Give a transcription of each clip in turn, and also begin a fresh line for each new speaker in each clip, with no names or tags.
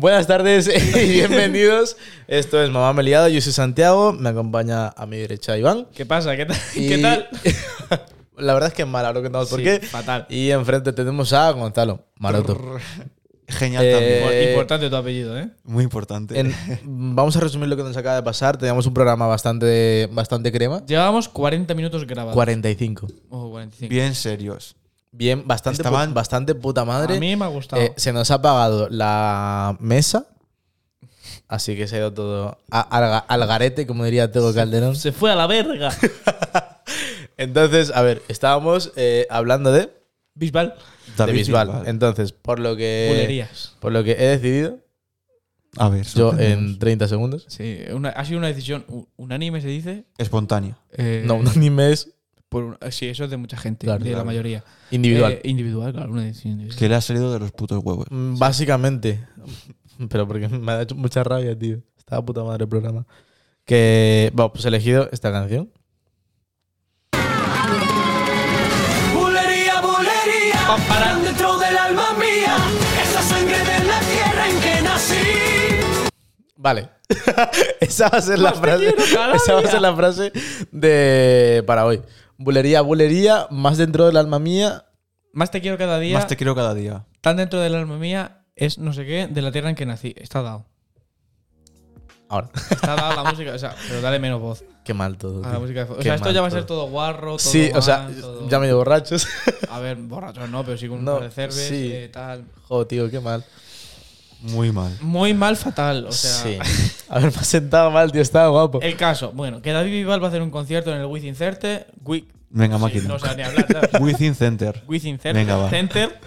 Buenas tardes y bienvenidos. Esto es Mamá Meliada, yo soy Santiago, me acompaña a mi derecha Iván.
¿Qué pasa? ¿Qué tal?
Y-
¿Qué tal?
La verdad es que es mal, ahora que estamos por
Sí,
qué.
Fatal.
Y enfrente tenemos a Gonzalo Maroto.
Genial
Eh,
también.
Impor-
eh,
Importante tu apellido, ¿eh?
Muy importante.
En- vamos a resumir lo que nos acaba de pasar. Teníamos un programa bastante, bastante crema.
Llevábamos 40 minutos Oh, grabados.
45.
O 45.
Bien serios.
Bien, bastante, pu-
Estaban-
bastante puta madre.
A mí me ha gustado.
Eh, se nos ha apagado la mesa. Así que se ha ido todo a- al, ga- al garete, como diría Tego Calderón.
Se fue a la verga.
Entonces, a ver, estábamos eh, hablando de,
Bisbal.
de
David
Bisbal.
Bisbal.
Entonces, por lo que.
Bulerías.
Por lo que he decidido,
A ver,
yo
sorpréndenos.
en 30 segundos.
Sí, una- ha sido una decisión u- unánime, se dice.
espontáneo.
Eh,
No, un anime es
por una- sí, eso es de mucha gente,
Claro,
de la
claro.
mayoría.
individual.
Eh, individual, claro, una decisión individual.
Que le ha salido de los putos huevos.
Mm, Básicamente. Pero porque me ha hecho mucha rabia, tío. Estaba puta madre el programa. Que. Bueno, pues he elegido esta canción.
Bulería, bulería,
Pa, para.
dentro del alma mía, es la sangre de la tierra en que nací. Pues
Vale. esa va a ser la
Más te
frase.
quiero cada
Esa va a
día.
ser la frase de. para hoy. Bulería, bulería, más dentro del alma mía.
Más te quiero cada día,
Más te quiero cada día.
tan dentro del alma mía, es no sé qué, de la tierra en que nací. Está dado.
Ahora.
Está dado la música, o sea, pero dale menos voz
Qué mal todo.
Ah,
a la
tío.
música de fondo. O
Qué
sea, esto
mal
ya va a ser todo guarro, todo
Sí, o sea,
mal, todo-
ya medio borrachos.
A ver, borrachos no, pero sí con un
No,
par de cervezas eh,
sí.
tal.
Joder, tío, qué mal.
Muy mal.
Muy mal, fatal. O sea, Eh,
sí. A ver, me ha sentado mal, tío. Estaba guapo.
el caso. Bueno, que David Vival va a hacer un concierto en el Wiz Incerte. Wi-
Venga,
sí,
máquina.
no sé ni hablar. ¿sabes?
Within Center.
Wiz Incerte
Venga, va.
Center.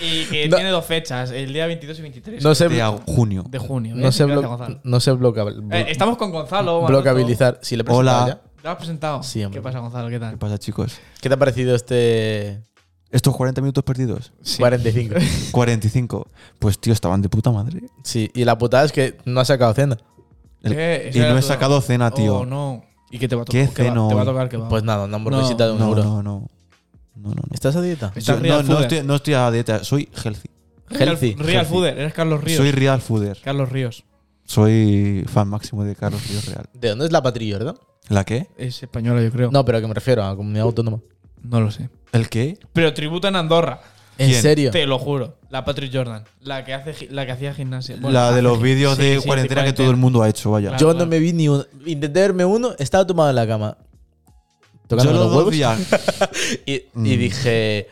Y que
No.
tiene dos fechas, el día 22 y 23
No sé,
De a junio.
de junio. ¿eh?
no sé,
Gracias,
blo-
Gonzalo.
no sé blocabil-
Eh, estamos con Gonzalo. Maroto.
blocabilizar. Si le he presentado
Hola.
ya.
¿Lo has presentado?
Sí, hombre.
¿Qué pasa, Gonzalo? ¿Qué
¿Qué
tal?
pasa, chicos?
¿Qué te ha parecido este
Estos 40 minutos perdidos.
Sí.
45?
45. Pues tío, estaban de puta madre.
Sí, y la putada es que no ha sacado cena.
El-
Eh,
y
esa
no
era
he
tu-
sacado cena, tío.
Oh, no. ¿Y qué te va a tocar?
¿Qué
¿Qué va-
ceno
Te va a
hoy?
tocar que va.
Pues nada, una hamburguesita de un
no,
euro.
no, no, no. No, no, no.
¿Estás a dieta?
Estás
Yo-
real
no, no
fooder.
estoy, no estoy a dieta, soy healthy.
Real,
Healthy.
Real
Healthy.
Fooder, eres Carlos Ríos.
Soy real fooder.
Carlos Ríos.
Soy fan máximo de Carlos Ríos Real.
¿De dónde es la patrillo, verdad?
¿La qué?
Es española, yo creo.
No, pero que me refiero a
Uh.
comunidad autónoma.
No lo sé.
¿El qué?
Pero tributa en Andorra.
¿En
¿Quién?
serio?
Te lo juro. La Patrick Jordan. La que, hace, gi- la que hacía gimnasia. Bueno,
la de
hace
los
gi-
vídeos
sí,
de,
sí,
cuarentena que todo el mundo ha hecho, vaya.
Claro,
Yo no
claro.
me vi ni uno. Intenté verme uno, estaba tomado en la cama. Tocando
Yo los
los
dos
huevos.
días.
Y, y
Mm.
dije,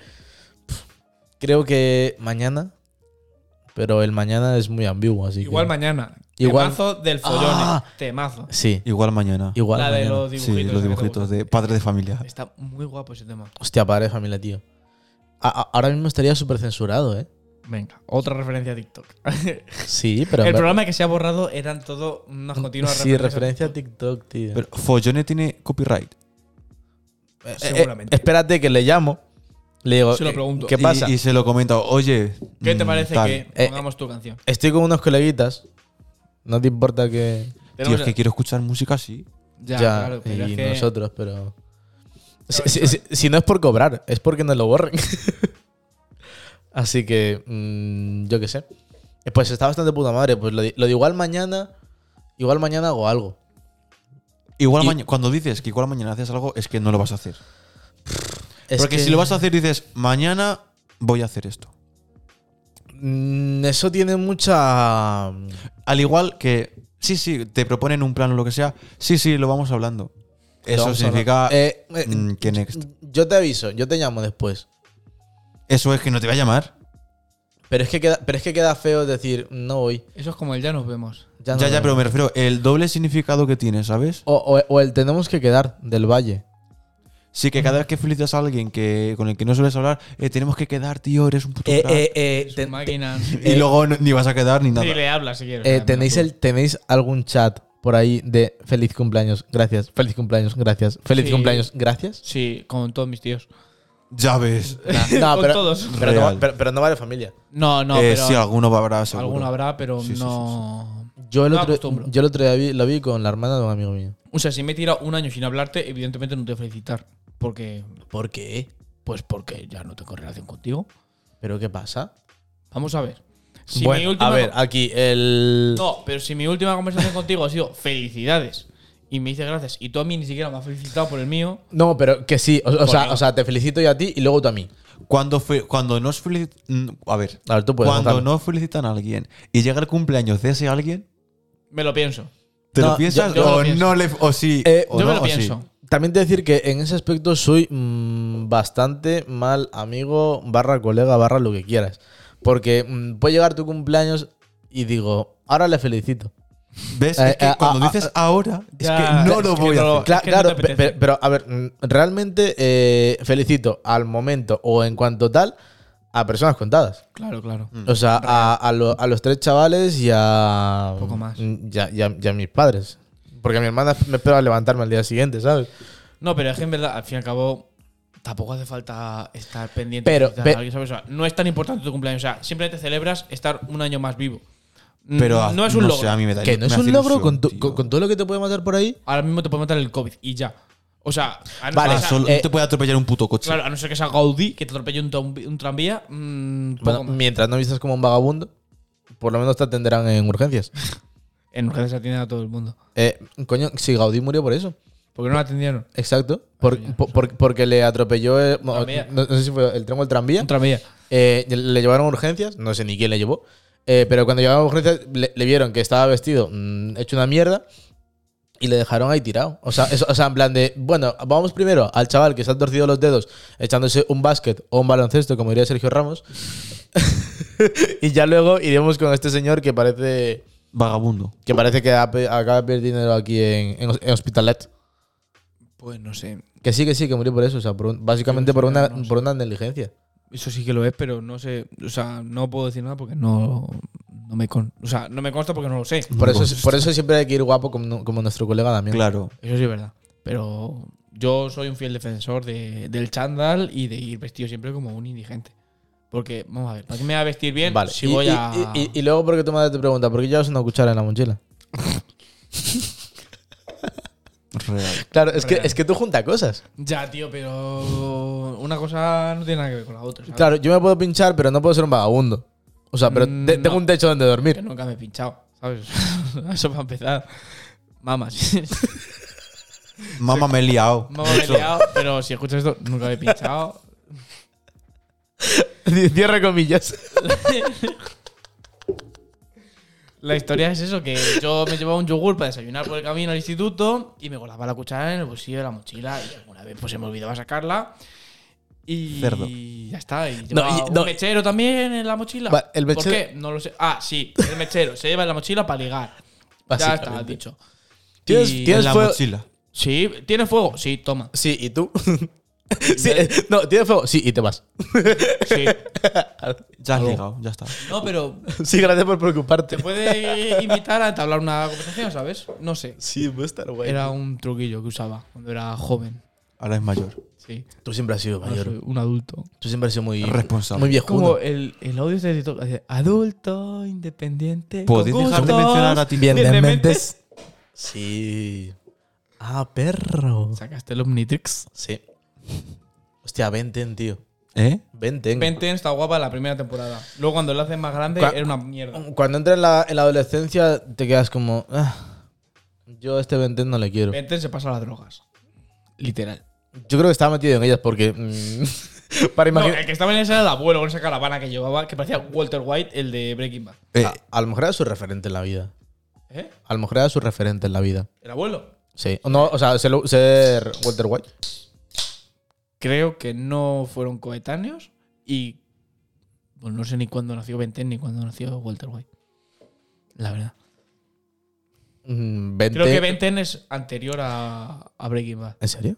"Pf, creo que mañana, pero el mañana es muy ambiguo, así que-
Igual mañana.
Igual-
Temazo del follón. eh.
Ah.
Temazo.
Sí,
Igual mañana.
igual.
la de
mañana.
los
sí,
dibujitos.
los dibujitos de padres de familia.
Está muy guapo ese tema.
Hostia, padre de familia, tío. A- a- ahora mismo estaría súper censurado, ¿eh?
Venga, otra referencia a TikTok.
Sí, pero...
el programa que se ha borrado eran todo unas continuas
Sí,
referencias.
referencia a TikTok, tío.
Pero Follone tiene copyright.
Eh, eh,
seguramente.
espérate que le llamo. Le digo,
Se lo
eh,
pregunto.
¿qué
Y-
pasa?
Y, se lo comenta, oye.
¿Qué te
mm,
parece
tal.
Eh,
que pongamos tu canción?
Estoy con unos coleguitas. No te importa que...
Tío,
Tenemos-
es que quiero escuchar música así.
ya,
ya,
claro, pero
y
es que-
nosotros, pero... Si, si- si- si no es por cobrar, es porque nos lo borren. Así que, mm, yo qué sé. Eh, Pues está bastante puta madre. Pues lo, de- lo de igual mañana, igual mañana hago algo.
Igual
Y-
maña- cuando dices que igual mañana haces algo, es que no lo vas a hacer.
Es
Porque
que-
si lo vas a hacer, dices, mañana voy a hacer esto.
Mm, Eso tiene mucha... mm,
Al igual que, sí, sí, te proponen un plan o lo que sea, sí, sí, lo vamos hablando.
Lo
Eso
vamos a hablar.
significa
Eh, eh,
mm, que next.
Yo te aviso, yo te llamo después.
Eso es que no te va a llamar.
Pero es que queda, pero es que queda feo decir, no voy.
Eso es como el ya nos vemos.
no
ya, ya,
voy".
pero me refiero, el doble significado que tiene, ¿sabes?
O, o- o el tenemos que quedar del valle.
Sí, que cada vez que felicitas a alguien que, con el que no sueles hablar, eh, tenemos que quedar, tío, eres un puto
Eh,
Eh,
crack.
Es un máquina.
Y luego no- ni vas a quedar ni nada.
Ni le hablas si quieres.
Eh,
Nada,
¿tenéis,
mira,
el, ¿Tenéis algún chat por ahí de feliz cumpleaños? Gracias, feliz cumpleaños, gracias, feliz
Sí.
cumpleaños,
tú.
gracias.
Sí, con todos mis tíos.
Ya ves.
No,
Con
pero,
todos.
Pero, no, va-
Real.
pero- pero no vale familia.
No, no,
Eh,
pero
sí, alguno habrá seguro.
alguno habrá, pero
Sí, sí, sí,
no.
Yo el,
No
otro,
acostumbro.
yo el otro día vi- lo vi con la hermana de un amigo mío.
O sea, si me he tirado un año sin hablarte, evidentemente no te voy a felicitar. Porque.
¿Por qué?
Pues porque ya no tengo relación contigo.
¿Pero qué pasa?
Vamos a ver. Si mi
bueno,
última
a ver,
co-
aquí el.
No, pero si mi última conversación contigo ha sido felicidades y me dices gracias y tú a mí ni siquiera me has felicitado por el mío,
No, pero que sí. O, o sea,
Coño.
o sea, te felicito yo a ti y luego tú a mí.
Cuando, fe- cuando nos felicitan. A ver.
A ver, tú puedes
Cuando
contar.
no felicitan a alguien y llega el cumpleaños de ese alguien,
me lo pienso.
¿te
No,
lo piensas
yo- yo
o
lo pienso.
no le. O sí.
Eh,
o
Yo
no,
me lo
o sí?
pienso.
También te decir que en ese aspecto soy mm, bastante mal amigo, barra colega, barra lo que quieras. Porque mm, puede llegar tu cumpleaños y digo, ahora le felicito.
¿Ves?
Eh,
es que
eh,
cuando
ah,
dices ahora,
Ya,
es que no lo
es que
voy
no
a
lo-
hacer.
Cla-
es que no
claro,
te
pe- pe-
apetece.
pero, a ver, mm, realmente eh, felicito al momento o en cuanto tal a personas contadas.
Claro, claro.
O sea, a, a lo- a los tres chavales y a.
Poco más.
mm, Y a, y a- y a mis padres. Porque mi hermana me espera levantarme al día siguiente, ¿sabes?
No, pero es que en verdad, al fin y al cabo, tampoco hace falta estar pendiente
Pero-
de felicitar
pe-
a alguien, ¿sabes? O sea, no es tan importante tu cumpleaños. O sea, simplemente celebras estar un año más vivo. Mm,
Pero a-
no es un
sé,
logro.
a mí me da-
Que no
me
es
hace
un logro
ilusión,
con, tu-
tío.
con- con todo lo que te puede matar por ahí.
Ahora mismo te puede matar el COVID y ya. O sea, a no,
Vale,
o
Ah,
sea,
solo-
eh,
no te puede atropellar un puto coche.
claro, a no ser que sea Gaudí que te atropelle un, tom- un tranvía. mm, poco
Bueno,
más.
mientras no vistas como un vagabundo, por lo menos te atenderán en urgencias.
En urgencias atienden a todo el mundo.
Eh, coño, si Gaudí murió por eso.
Porque no la atendieron.
Exacto. Por- por- por- porque le atropelló. eh, no,
Tranvía.
no sé si fue el tren o el tranvía.
Un tranvía.
Eh, le llevaron a urgencias, no sé ni quién le llevó. eh, pero cuando llegaron a urgencias le, le vieron que estaba vestido mm, hecho una mierda y le dejaron ahí tirado. O sea, eso- o sea, en plan de, bueno, vamos primero al chaval que se ha torcido los dedos echándose un básquet o un baloncesto, como diría Sergio Ramos. y ya luego iremos con este señor que parece
Vagabundo.
que parece que ha pe- acaba de perder dinero aquí en, en hos- en Hospitalet.
Pues no sé.
Que sí, que sí, que murió por eso. O sea, por un- básicamente
Sí,
por una,
no sé.
por una negligencia.
Eso sí que lo es, pero no sé. O sea, no puedo decir nada porque no, no me con, o sea, no me consta porque no lo sé.
Por
Me
eso,
consta.
por eso siempre hay que ir guapo como, como nuestro colega Damián.
Claro.
Eso sí es verdad. Pero yo soy un fiel defensor de- del chándal y de ir vestido siempre como un indigente. Porque, vamos a ver, ¿para qué me voy a vestir bien
Vale.
si
y,
voy
y-
a.
y- y- y luego, porque tu madre te pregunta, ¿por qué llevas una cuchara en la mochila?
Real.
Claro, es que,
Real.
es que tú junta cosas.
Ya, tío, pero. Una cosa no tiene nada que ver con la otra. ¿sabes?
Claro, yo me puedo pinchar, pero no puedo ser un vagabundo. O sea, pero
Mm,
te-
no.
tengo un techo donde
Que
dormir.
nunca me he pinchado, ¿sabes? Eso para empezar. Mamas.
Mamá, me he liado.
Mamas me he liado, pero si escuchas esto, nunca me he pinchado.
Cierra comillas.
La historia es eso, que yo me llevaba un yogur para desayunar por el camino al instituto y me colaba la cuchara en el bolsillo de la mochila y alguna vez pues se me olvidaba sacarla y
Cerdo.
ya está. Y
No,
llevaba
y-
un
no.
mechero también en la mochila.
Va, el
¿Por
mechero-
qué? No lo sé. Ah, sí, el mechero. se lleva en la mochila para ligar. Ya
Básicamente.
está, dicho.
Tienes-
Y-
tienes-
En la
fue-
mochila.
Sí, ¿tiene fuego? Sí, toma.
Sí, ¿y tú? sí, eh, no, tienes fuego. Sí, y te vas.
Sí.
Ya has ligado, ya está.
No, pero
Sí, gracias por
te
preocuparte.
puede invitar a entablar una conversación, ¿sabes? No sé.
Sí, puede estar guay.
Era un truquillo que usaba cuando era joven.
Ahora es mayor.
Sí.
Tú siempre has sido
Ahora
mayor.
soy un adulto.
Tú siempre has sido muy
Responsable.
Muy viejo.
Como el, el audio de TikTok, hace, adulto, independiente.
¿Podéis
con
dejar Pues, de
gustos".
mencionar a ti?
Bien
Bien de
de
mentes.
mentes. Sí. Ah, perro.
Sacaste el Omnitrix.
Sí. Hostia, Venten, tío.
¿Eh?
Venten.
Penten está guapa la primera temporada. Luego cuando lo haces más grande
Cua-
era una mierda.
Cuando entras en la, en la adolescencia te quedas como... "Ah, yo a este Venten no le quiero.
Penten se pasa a las drogas. Literal.
Yo creo que estaba metido en ellas porque... mm, para
No,
imaginar...
el que estaba en esa era el abuelo con esa caravana que llevaba, que parecía Walter White, el de Breaking Bad.
Eh,
a, a lo mejor era su referente en la vida.
¿Eh?
A lo mejor era su referente en la vida.
¿El abuelo?
Sí. No, o sea, ser, ser Walter White.
Creo que no fueron coetáneos y. Pues no sé ni cuándo nació Penten ni cuándo nació Walter White. La verdad.
Mm, Venten.
Creo que Benten es anterior a, a Breaking Bad.
¿En serio?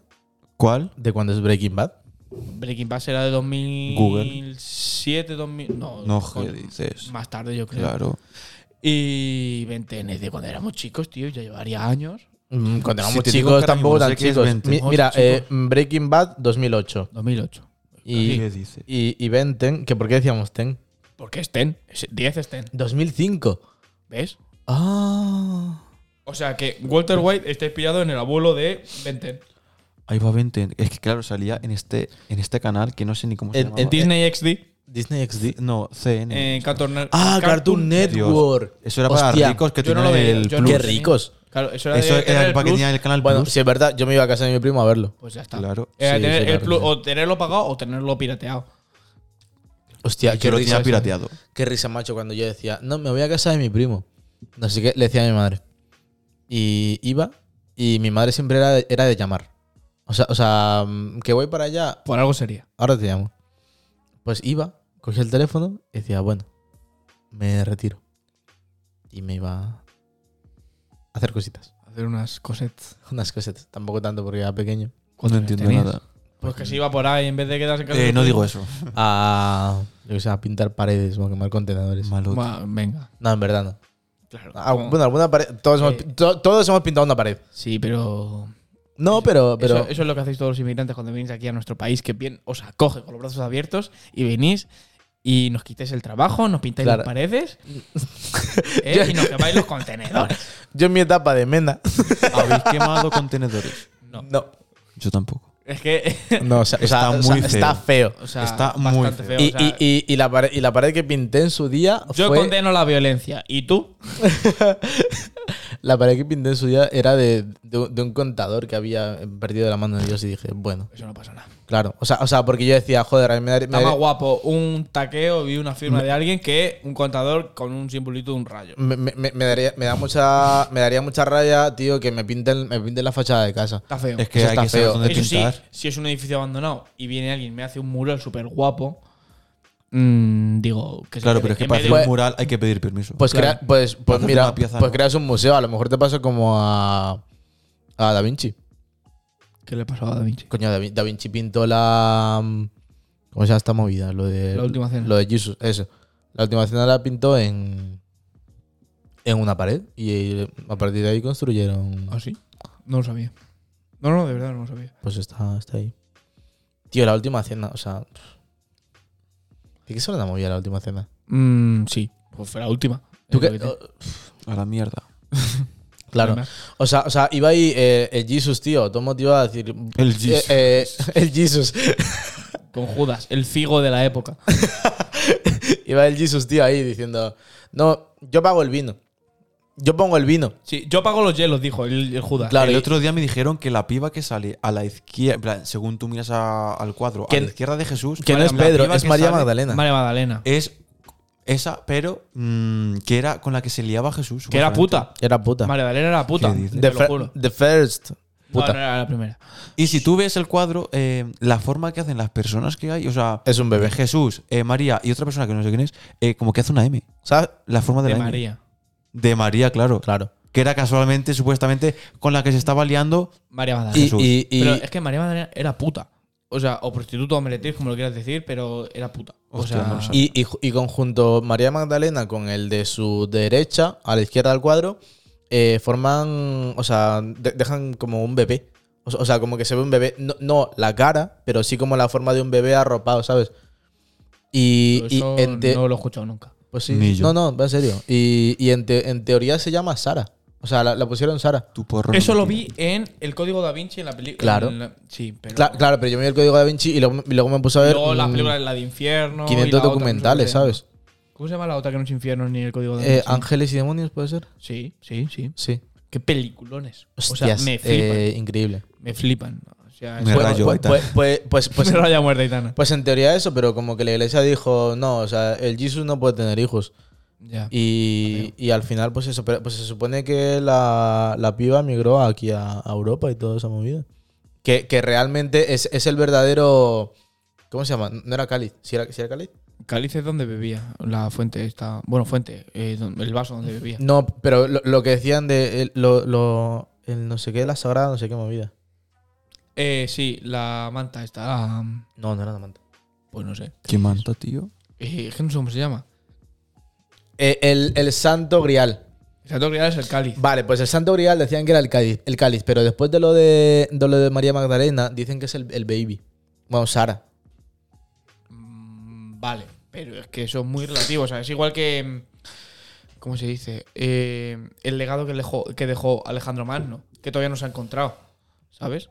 ¿Cuál?
¿De cuándo es Breaking Bad?
Breaking Bad será de 2007, 2000. No,
No,
con-
¿qué dices?
más tarde yo creo.
Claro.
Y Benten es de cuando éramos chicos, tío, ya llevaría años.
Mm, Cuando éramos
Si te digo
chicos,
que ahora
tampoco
mismo
tan
sé que es
chicos.
20.
Mi-
Ocho
mira,
chicos.
eh, Breaking Bad 2008.
2008.
Y,
¿Qué dices?
y, y Ben Ten, que ¿por qué decíamos Ten?
Porque es Ten, es- 10 es Ten,
2005.
¿ves?
Ah.
O sea que Walter White está inspirado en el abuelo de Benten.
Ahí va 20. Es que claro, salía en este, en este canal que no sé ni cómo se
En-
llamaba.
en
Disney XD.
Disney XD.
No, CN.
Eh, Cartoon, Net-
Ah, Cartoon Network.
Eso era para
Hostia.
ricos que
Yo no lo
tenían
veía,
el
yo
Qué
no
plus.
lo veía.
ricos.
Claro, eso era,
Eso
de,
era
el
para que
plus.
tenía el canal
Bueno,
plus.
si es verdad, yo me iba a casa de mi primo a verlo.
Pues ya está.
Claro.
Era
Sí,
tener
sí,
el
claro,
plus,
sí.
o tenerlo pagado o tenerlo pirateado.
Hostia, qué
Yo lo
risa.
tenía
eso.
pirateado.
Qué risa, macho, cuando yo decía, no, me voy a casa de mi primo. No sé qué, le decía a mi madre. Y iba, y mi madre siempre era de, era de llamar. O sea, o sea, mm, que voy para allá,
Por algo sería.
ahora te llamo. Pues iba, cogía el teléfono y decía, bueno, me retiro. Y me iba a hacer cositas.
Hacer unas cosettes.
Unas cosas, tampoco tanto porque era pequeño.
No
años
entiendo
tenías?
nada.
Pues que se iba por ahí en vez de quedarse en casa.
Eh, no digo eso.
A, yo qué sé, a pintar paredes o a quemar contenedores.
Malo.
Buah, venga.
No, en verdad no.
Claro.
Ah, bueno, alguna pared. Todos,
Sí.
hemos, to- todos hemos pintado una pared.
Sí, pero.
No, pero. pero
eso, eso es lo que hacéis todos los inmigrantes cuando venís aquí a nuestro país, que bien os acoge con los brazos abiertos y venís y nos quitáis el trabajo, nos pintáis
Claro.
las paredes ¿eh? y nos quemáis los contenedores.
Yo en mi etapa de menda.
¿Habéis quemado contenedores?
No.
No.
Yo tampoco.
Es que.
No, o sea, o sea,
Está
o sea,
muy
está feo.
o sea,
Está muy
bastante
feo.
feo.
Y,
o sea,
y- y- y la pared, y la pared que pinté en su día.
yo
fue-
condeno la violencia. ¿Y tú?
La pared que pinté en su día era de, de un- de un contador que había perdido la mano de Dios y dije, bueno,
Eso no pasa nada.
claro. O sea, o sea porque yo decía, joder, a mí me daría. me
Está más
daría-
guapo un taqueo y una firma de alguien que un contador con un simbolito de un rayo.
me, me- me- me daría, me da mucha me daría mucha raya, tío, que me pinten, me pinten la fachada de casa.
Está feo.
Es que
Eso
hay
está
que saber
feo.
dónde
Eso sí,
pintar.
si es un edificio abandonado y viene alguien y me hace un mural súper guapo, mm, digo que se
Claro,
quede.
pero es que
En
para
vez de-
hacer un mural hay que pedir permiso.
Pues,
Claro.
crea- pues, pues
hacerte
mira,
una pieza,
pues
¿no?
creas un museo. A lo mejor te pasa como a, a Da Vinci.
¿Qué le pasaba a Da Vinci?
Coño, Da, Vin- Da Vinci pintó la. mm, ¿Cómo se llama esta movida? Lo de.
La última cena.
Eh, Lo de Jesus, eso. La última cena la pintó en. En una pared. Y a partir de ahí construyeron.
¿Ah, sí? No lo sabía. No, no, de verdad no lo sabía.
Pues está, está ahí. Tío, la última cena, o sea. pff. ¿De qué se una movida la última cena?
Mm, sí, pues fue la última.
¿Tú
Es
qué?
lo que te-
oh,
A la mierda.
Claro.
Además,
O sea, o sea, iba ahí eh, el Jesus, tío. Todo motivo a decir.
El
eh,
Jesus.
eh, el Jesus.
Con Judas, el figo de la época.
iba el Jesus, tío, ahí diciendo. No, yo pago el vino. Yo pongo el vino.
Sí, yo pago los hielos, dijo el, el Judas.
Claro,
el
y-
otro día me dijeron que la piba que sale a la izquierda, en plan, según tú miras a- al cuadro,
Que-
a la izquierda de Jesús,
Que no es
la
Pedro,
piba
es
que
María
sale
Magdalena.
María Magdalena.
Es esa, pero mm, que era con la que se liaba Jesús.
que era puta.
Era puta.
María Magdalena era puta.
¿Qué dices?
The,
Te lo
fir-
juro.
the first.
No,
Puta.
no era la primera.
Y si tú ves el cuadro, eh, la forma que hacen las personas que hay, o sea,
Es un bebé.
Jesús, eh, María y otra persona que no sé quién es, eh, como que hace una M.
¿Sabes?
La forma de,
De
la M.
María.
De María, claro.
Claro.
Que era casualmente, supuestamente, con la que se estaba liando.
María Magdalena.
Y,
Jesús.
y- y-
Pero es que María Magdalena era puta. O sea, o prostituta o meretriz, como lo quieras decir, pero era puta. O
Hostia,
sea,
no lo sabía.
y- y ju- y conjunto María Magdalena con el de su derecha, a la izquierda del cuadro, eh, forman. O sea, de- dejan como un bebé. O, sea- o sea, como que se ve un bebé. No, no la cara, pero sí como la forma de un bebé arropado, ¿sabes? Y, y
eso
en te-
no lo he escuchado nunca.
pues sí,
Ni yo.
no, no, va en serio. Y, y en, te- en teoría se llama Sara. O sea, la, la pusieron Sara.
Tu porro.
Eso
no
lo
me
vi en El Código da Vinci en la película.
Claro.
sí, pero.
Cla- claro, pero yo me vi el código da Vinci y luego, y luego me puse a ver.
luego las
mm,
películas, la de Infierno. y
500
la otra,
documentales,
no sé cómo se
¿sabes?
llama. ¿Cómo se llama la otra que no es Infierno ni El Código da Vinci?
Eh, Ángeles y demonios, ¿puede ser?
Sí, sí, sí.
Sí.
Qué peliculones. o
Hostias,
sea, me flipan.
eh, increíble.
me flipan. O sea,
Me
es-
Pues,
rayo,
pues,
Aitana.
pues, pues, pues, pues-
me raya muerta gitana.
pues en teoría eso, pero como que la iglesia dijo, no, o sea, el Jesus no puede tener hijos. Pues,
Ya.
Y, y al final, pues eso, pero, pues se supone que la, la piba migró aquí a, a Europa y toda esa movida. Que, que realmente es, es el verdadero... ¿Cómo se llama? No era cáliz. ¿Sí era, sí era cáliz?
Cáliz es donde bebía. La fuente está. Bueno, fuente. eh, don- el vaso donde bebía.
No, pero lo, lo que decían de el- lo, lo- el no sé qué, la sagrada, no sé qué movida.
Eh, sí, la manta está. ah,
No, no era una manta.
Pues no sé.
digas. Qué manta, tío.
Eh, es que no sé cómo se llama.
Eh, el, el Santo Grial.
El santo grial es el cáliz.
Vale, pues el Santo Grial decían que era el cáliz, el cáliz pero después de lo de, de lo de María Magdalena, dicen que es el, el baby. Bueno, Sara.
Mm, Vale, pero es que eso es muy relativo. O sea, es igual que. mm, ¿Cómo se dice? Eh, el legado que dejó, que dejó Alejandro Magno, que todavía no se ha encontrado. ¿Sabes?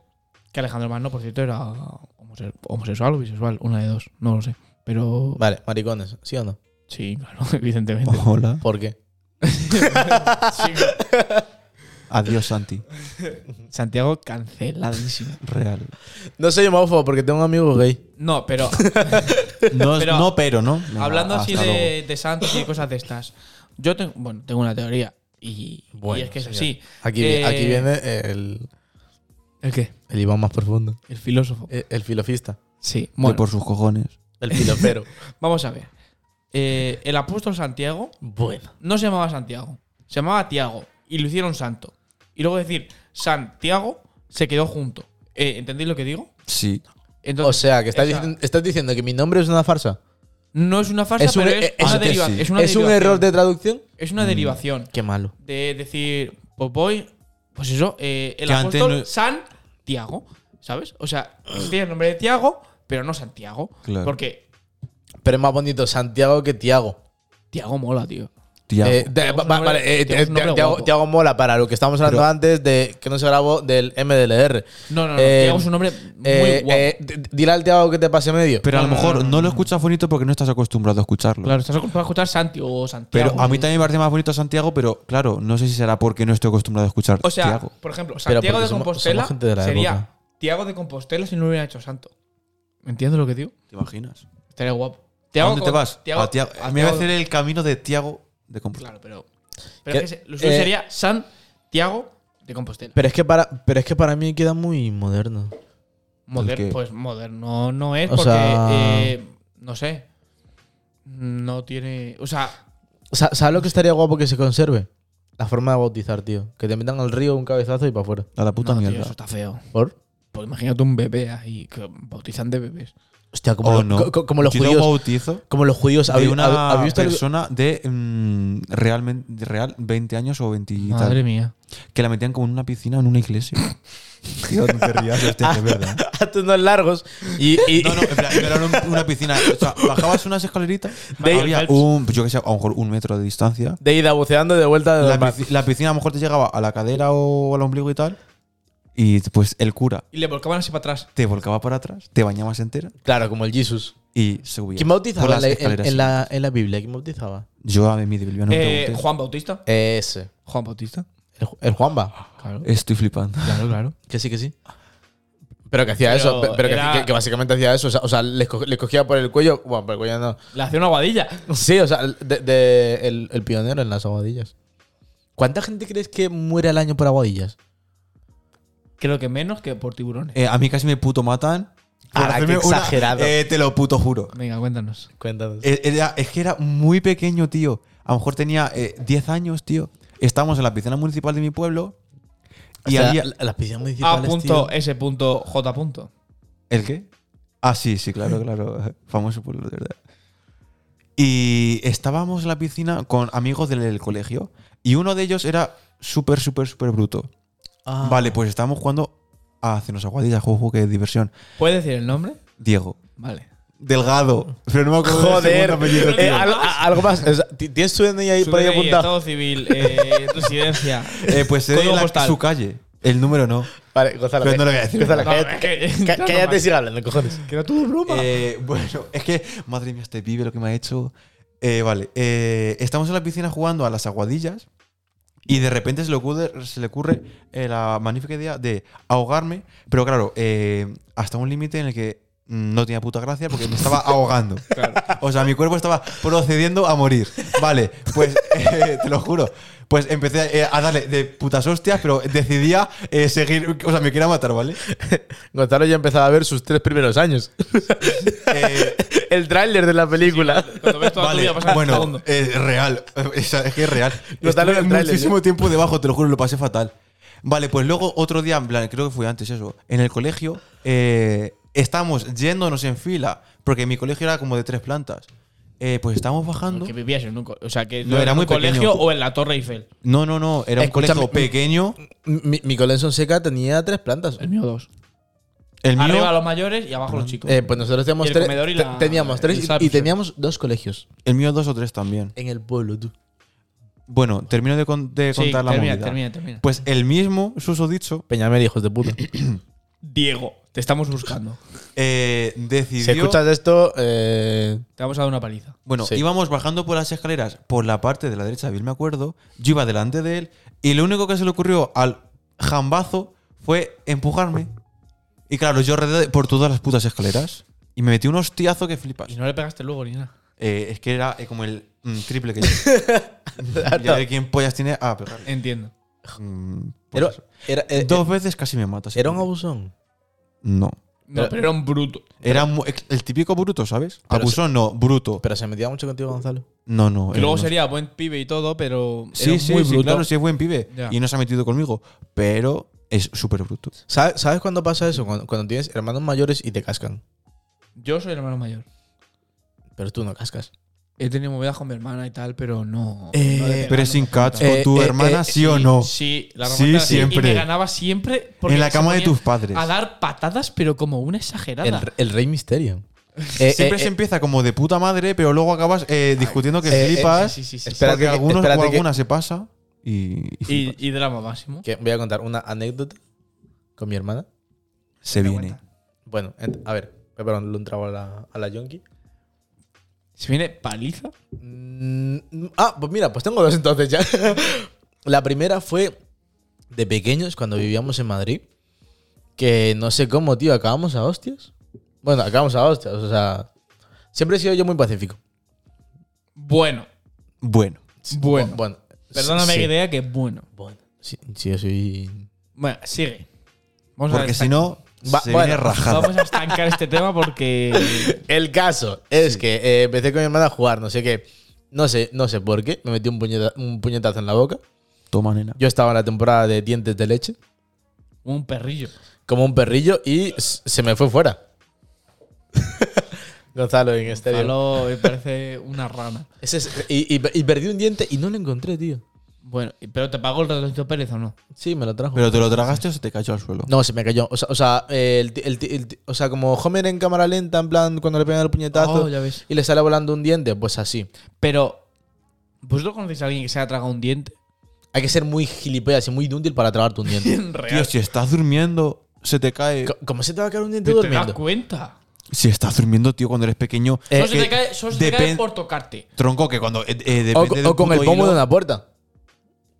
Que Alejandro Magno, por cierto, era homose- homosexual o bisexual, una de dos, no lo sé. Pero.
Vale, maricones, ¿sí o no?
Sí, claro, evidentemente.
Hola.
¿Por qué?
Chico,
Adiós, Santi.
Santiago canceladísimo.
Real.
No soy homófobo porque tengo un amigo gay.
No, pero
No,
Pero-
no pero, ¿no? Venga,
hablando así
hasta
de, de Santos y cosas de estas, yo tengo, bueno, tengo una teoría. Y, y
Bueno,
es que es
señor.
así.
Aquí, vi-
Eh,
aquí viene el,
¿El qué?
el Iván más profundo.
El filósofo.
El, eh, el filofista.
Sí,
luego.
bueno,
Que por sus cojones.
El filofero.
vamos a ver. Eh, el apóstol Santiago
bueno.
no se llamaba Santiago, se llamaba Tiago y lo hicieron santo. Y luego decir, Santiago se quedó junto. Eh, ¿Entendéis lo que digo?
Sí.
O
Entonces,
sea, que estás,
esa-
dicien- estás diciendo que mi nombre es una farsa.
no es una farsa,
es un-
pero
eh,
es, una
es que
deriva-
sí.
es una
¿Es un
derivación.
error de Mm. traducción?
Es una derivación.
Qué malo.
de decir, pues voy, pues eso, eh, el
Que antes
apóstol
no-
Santiago, ¿sabes? O sea, tiene el nombre de Tiago, pero no Santiago.
Claro.
Porque
Pero es más bonito Santiago que Tiago.
Tiago mola, tío.
Tía.
Eh, de-
Tiago es un
va-
hombre-
Vale, eh,
Tiago es un hombre
Tiago-
guapo.
Tiago mola para lo que estábamos hablando antes de que no se grabó del MDLR.
No, no, no,
Eh,
Tiago es un hombre muy
Eh,
guapo.
eh, d- dile al Tiago que te pase medio.
pero a lo
no, no,
mejor
no,
no,
no,
lo escuchas bonito porque no estás acostumbrado a escucharlo.
claro, estás acostumbrado a escuchar Santi o Santiago.
Pero a mí también me parece más bonito Santiago, pero claro, no sé si será porque no estoy acostumbrado a escuchar
O sea,
Tiago.
por ejemplo,
Pero
Santiago
porque
de
somos-
Compostela
somos gente de la
sería
época.
Tiago de Compostela si no lo hubiera hecho santo. ¿Me entiendes lo que digo?
¿Te imaginas?
Estaría guapo.
¿A
Tiago
dónde te
con-
vas?
Tiago-
a Tiago.
a
me va a
Tiago-
hacer el camino de Tiago de Compostela.
Claro, pero. Pero es
Que-
que se- lo suyo
eh,
sería Santiago de Compostela.
Pero es que para, pero es que para mí queda muy moderno.
¿El
Moderno,
qué?
pues moderno no es
O
porque,
sea-
eh, no sé, no tiene, o sea,
Sa- ¿Sabes lo que estaría guapo que se conserve? La forma de bautizar, tío. Que te metan al río un cabezazo y para afuera.
A la puta
no, tío,
mierda.
eso está feo.
¿Por?
Pues imagínate un bebé ahí que bautizan de bebés.
Hostia, como,
O
los-
Oh, no.
co- co- como los
Yo no
judíos.
bautizo
Como los judíos.
de
¿Habéis-
una
habéis visto el-
persona de mm, realmen- de real 20 años o 20 y tal,
Madre mía.
que la metían como en una piscina en una iglesia. Tío, no te rías, hostia, es verdad.
Hace unos largos y, y-
No, no, en plan, era una, una piscina. O sea, bajabas unas escaleritas,
De-
había un, yo que sé, a lo mejor un metro de distancia.
de ida buceando de vuelta de
La,
normal.
pisci- la piscina a lo mejor te llegaba a la cadera o al ombligo y tal. Y pues el cura
Y le volcaban así para atrás.
te volcaba para atrás, te bañabas entera
Claro, como el Jesus.
y subías.
¿Quién
por
bautizaba en
las
la- en,
escaleras.
en la, en la Biblia? ¿Quién bautizaba?
Yo a mí de Bilbao no
Eh,
pregunté.
Juan Bautista.
Ese.
Juan Bautista.
El, Ju- el Juanba.
Claro,
Estoy flipando.
claro, claro.
Que sí, que sí. Pero que hacía
Pero
eso. pe- Pero que,
era-
que- que básicamente hacía eso. O sea, o sea, les, co- les cogía por el cuello. Bueno, por el cuello no.
Le hacía una guadilla.
Sí, o sea, de, de- el, el pionero en las aguadillas. ¿Cuánta gente crees que muere al año por aguadillas?
Creo que menos que por tiburones.
Eh, a mí casi me puto matan. por
Ahora, Ah, qué
hacerme una-
exagerado.
eh, te lo puto juro.
Venga, cuéntanos.
Cuéntanos.
Eh, era- es que era muy pequeño, tío. A lo mejor tenía eh, 10 años, tío. Estábamos en la piscina municipal de mi pueblo. Y había.
las piscinas
A
municipales.
punto
tío.
S punto J punto.
¿El qué? Ah, sí, sí, claro, claro. Famoso pueblo, de verdad. Y estábamos en la piscina con amigos del, del colegio. Y uno de ellos era súper, súper, súper bruto.
Ah.
Vale, pues estábamos jugando a hacernos aguadillas, juego, juego, qué diversión.
¿Puedes decir el nombre?
Diego.
Vale.
Delgado. Pero no me acuerdo del
Joder.
segundo apellido, tío.
Eh, al- a- algo más. O sea, ti- ¿Tienes tu DNI ahí
Su
por ahí
DNI,
apuntado?
Estado civil, eh, residencia.
Eh, pues se
Código
la-
postal.
su calle. El número no.
Vale, Gonzalo.
Pero no
ca-
lo voy a decir.
Gonzalo,
No,
cállate,
es que-
ca-
no,
cállate y
más.
sigue hablando, cojones.
Que era todo broma.
Eh, bueno, es que, madre mía, este pibe lo que me ha hecho. Eh, vale, eh, estamos en la piscina jugando a las aguadillas y de repente se le ocurre, se le ocurre eh, la magnífica idea de ahogarme, pero claro, eh, hasta un límite en el que mm, no tenía puta gracia porque me estaba ahogando. O sea, mi cuerpo estaba procediendo a morir. Vale, pues eh, te lo juro. Pues empecé eh, a darle de putas hostias, pero decidía eh, seguir. O sea, me quería matar, ¿vale?
Gonzalo ya empezaba a ver sus tres primeros años.
Eh,
El tráiler de la película.
Cuando ves toda tu vida pasar un
bueno,
segundo.
es real. Es, es que es real.
Lo tal en
Estuve
el tráiler,
muchísimo
¿eh?
tiempo debajo, te lo juro, lo pasé fatal. Vale, pues luego otro día, en plan, creo que fue antes eso, en el colegio, eh, estábamos yéndonos en fila, porque mi colegio era como de tres plantas. Eh, pues estábamos bajando.
Que vivías en un, co- o sea, que
No,
no,
era
era en
muy
un colegio
pequeño.
o en la Torre Eiffel.
No, no, no, era un
Escúchame,
colegio pequeño.
Mi, mi Colenson Seca tenía tres plantas.
El mío dos.
El mío.
Arriba los mayores y abajo los chicos.
Eh, pues nosotros teníamos
Y el
tres.
comedor y
te-
la-
teníamos tres y-
el
y,
Subsol.
teníamos dos colegios
El mío dos o tres también.
Eh.
en el pueblo, tú.
Bueno, termino de, con- de
Sí,
contar la
termina,
movida.
termina, termina.
Pues el mismo susodicho
Peñamel, hijos de puta.
Diego. Te estamos buscando.
Eh, decidió.
Si escuchas esto, eh,
Te vamos a dar una paliza.
Bueno,
Sí.
íbamos bajando por las escaleras por la parte de la derecha, bien me acuerdo. Yo iba delante de él y lo único que se le ocurrió al jambazo fue empujarme. Y claro, yo rodé por todas las putas escaleras y me metí un hostiazo que flipas.
Y no le pegaste luego ni nada.
Eh, es que era eh, como el mm, triple que yo. Y a ver quién pollas tiene a pegarle.
Entiendo.
Mm, pues
era,
eso.
era- era-
Dos veces casi me matas.
eh, era un abusón.
No.
No, pero, era un bruto.
Era mu- el típico bruto, ¿sabes?
Pero
Abusón, no, bruto.
Pero se metía mucho contigo, Gonzalo.
No, no.
Que luego
era-
sería buen pibe y todo, pero. era
Sí, sí,
muy
sí,
bruto.
claro, sí es buen pibe.
Ya.
Y no se ha metido conmigo, pero es súper bruto.
¿Sabe- ¿Sabes, cuándo pasa eso? Cuando, cuando tienes hermanos mayores y te cascan.
Yo soy el hermano mayor.
Pero tú no cascas.
He tenido movidas con mi hermana y tal, pero no.
Eh,
no le pegaba,
Pero
no
sin
me gustaba.
cats
Eh,
con tu
eh,
hermana,
eh,
¿sí o no?
Sí, la
Sí,
hermana
siempre.
Y me ganaba siempre. porque
En la
se
cama de
ponía
tus padres.
A dar patadas, pero como una exagerada.
El, el Rey Misterio. Eh,
Siempre
eh,
se
eh,
empieza como de puta madre, pero luego acabas eh, discutiendo que
eh, eh,
flipas.
sí, sí, sí, sí.
espérate
porque
que-
algunos o
espérate que-
alguna se pasa y, y flipas.
y, y drama máximo.
que voy a contar una anécdota con mi hermana.
se
Me
viene.
cuenta.
Bueno, ent- a ver, voy a ponerle un trago a la, a la Yonki.
Se viene paliza.
Mm, ah, pues mira, pues tengo dos entonces ya. la primera fue de pequeños, cuando vivíamos en Madrid. Que no sé cómo, tío, acabamos a hostias. Bueno, acabamos a hostias, o sea. Siempre he sido yo muy pacífico.
Bueno,
Bueno,
bueno.
Bu- bueno
Perdóname
sí,
que te diga que bueno.
Bueno, sí, sí, yo soy.
Bueno, sigue. Vamos a
porque si
estancar-
no,
Va-
se
bueno,
viene rajada.
Vamos a estancar este tema porque.
El caso es que eh, empecé con mi hermana a jugar, no sé qué. No sé, no sé por qué. Me metí un, puñeta- un puñetazo en la boca.
Toma, nena.
Yo estaba en la temporada de dientes de leche,
Un perrillo.
como un perrillo, y s- se me fue fuera. Gonzalo en estéreo.
Gonzalo me parece una rana.
Ese es- y, y- y perdí un diente y no lo encontré, tío.
Bueno, pero ¿te pagó el relojito Pérez o no?
Sí, me lo trajo.
¿Pero te lo tragaste o se te cayó al suelo?
no, se me cayó. O sea, o sea, eh, el ti- el ti- el ti- o sea, como Homer en cámara lenta, en plan, cuando le pegan el puñetazo
Oh, ya ves.
y le sale volando un diente, pues así.
Pero, ¿vosotros conocéis a alguien que se haya tragado un diente?
Hay que ser muy gilipollas y muy inútil para tragarte un diente.
Tío,
Real.
si estás durmiendo, se te cae.
Co- ¿Cómo se te va a caer un diente
¿Te, te das
durmiendo?
cuenta?
Si estás durmiendo, tío, cuando eres pequeño.
Eh,
solo se
eh,
te cae, solo se te cae
depen-
por tocarte.
Tronco, que cuando. eh, eh,
o,
depende del
o con
puto
el pomo de
hilo-
una puerta.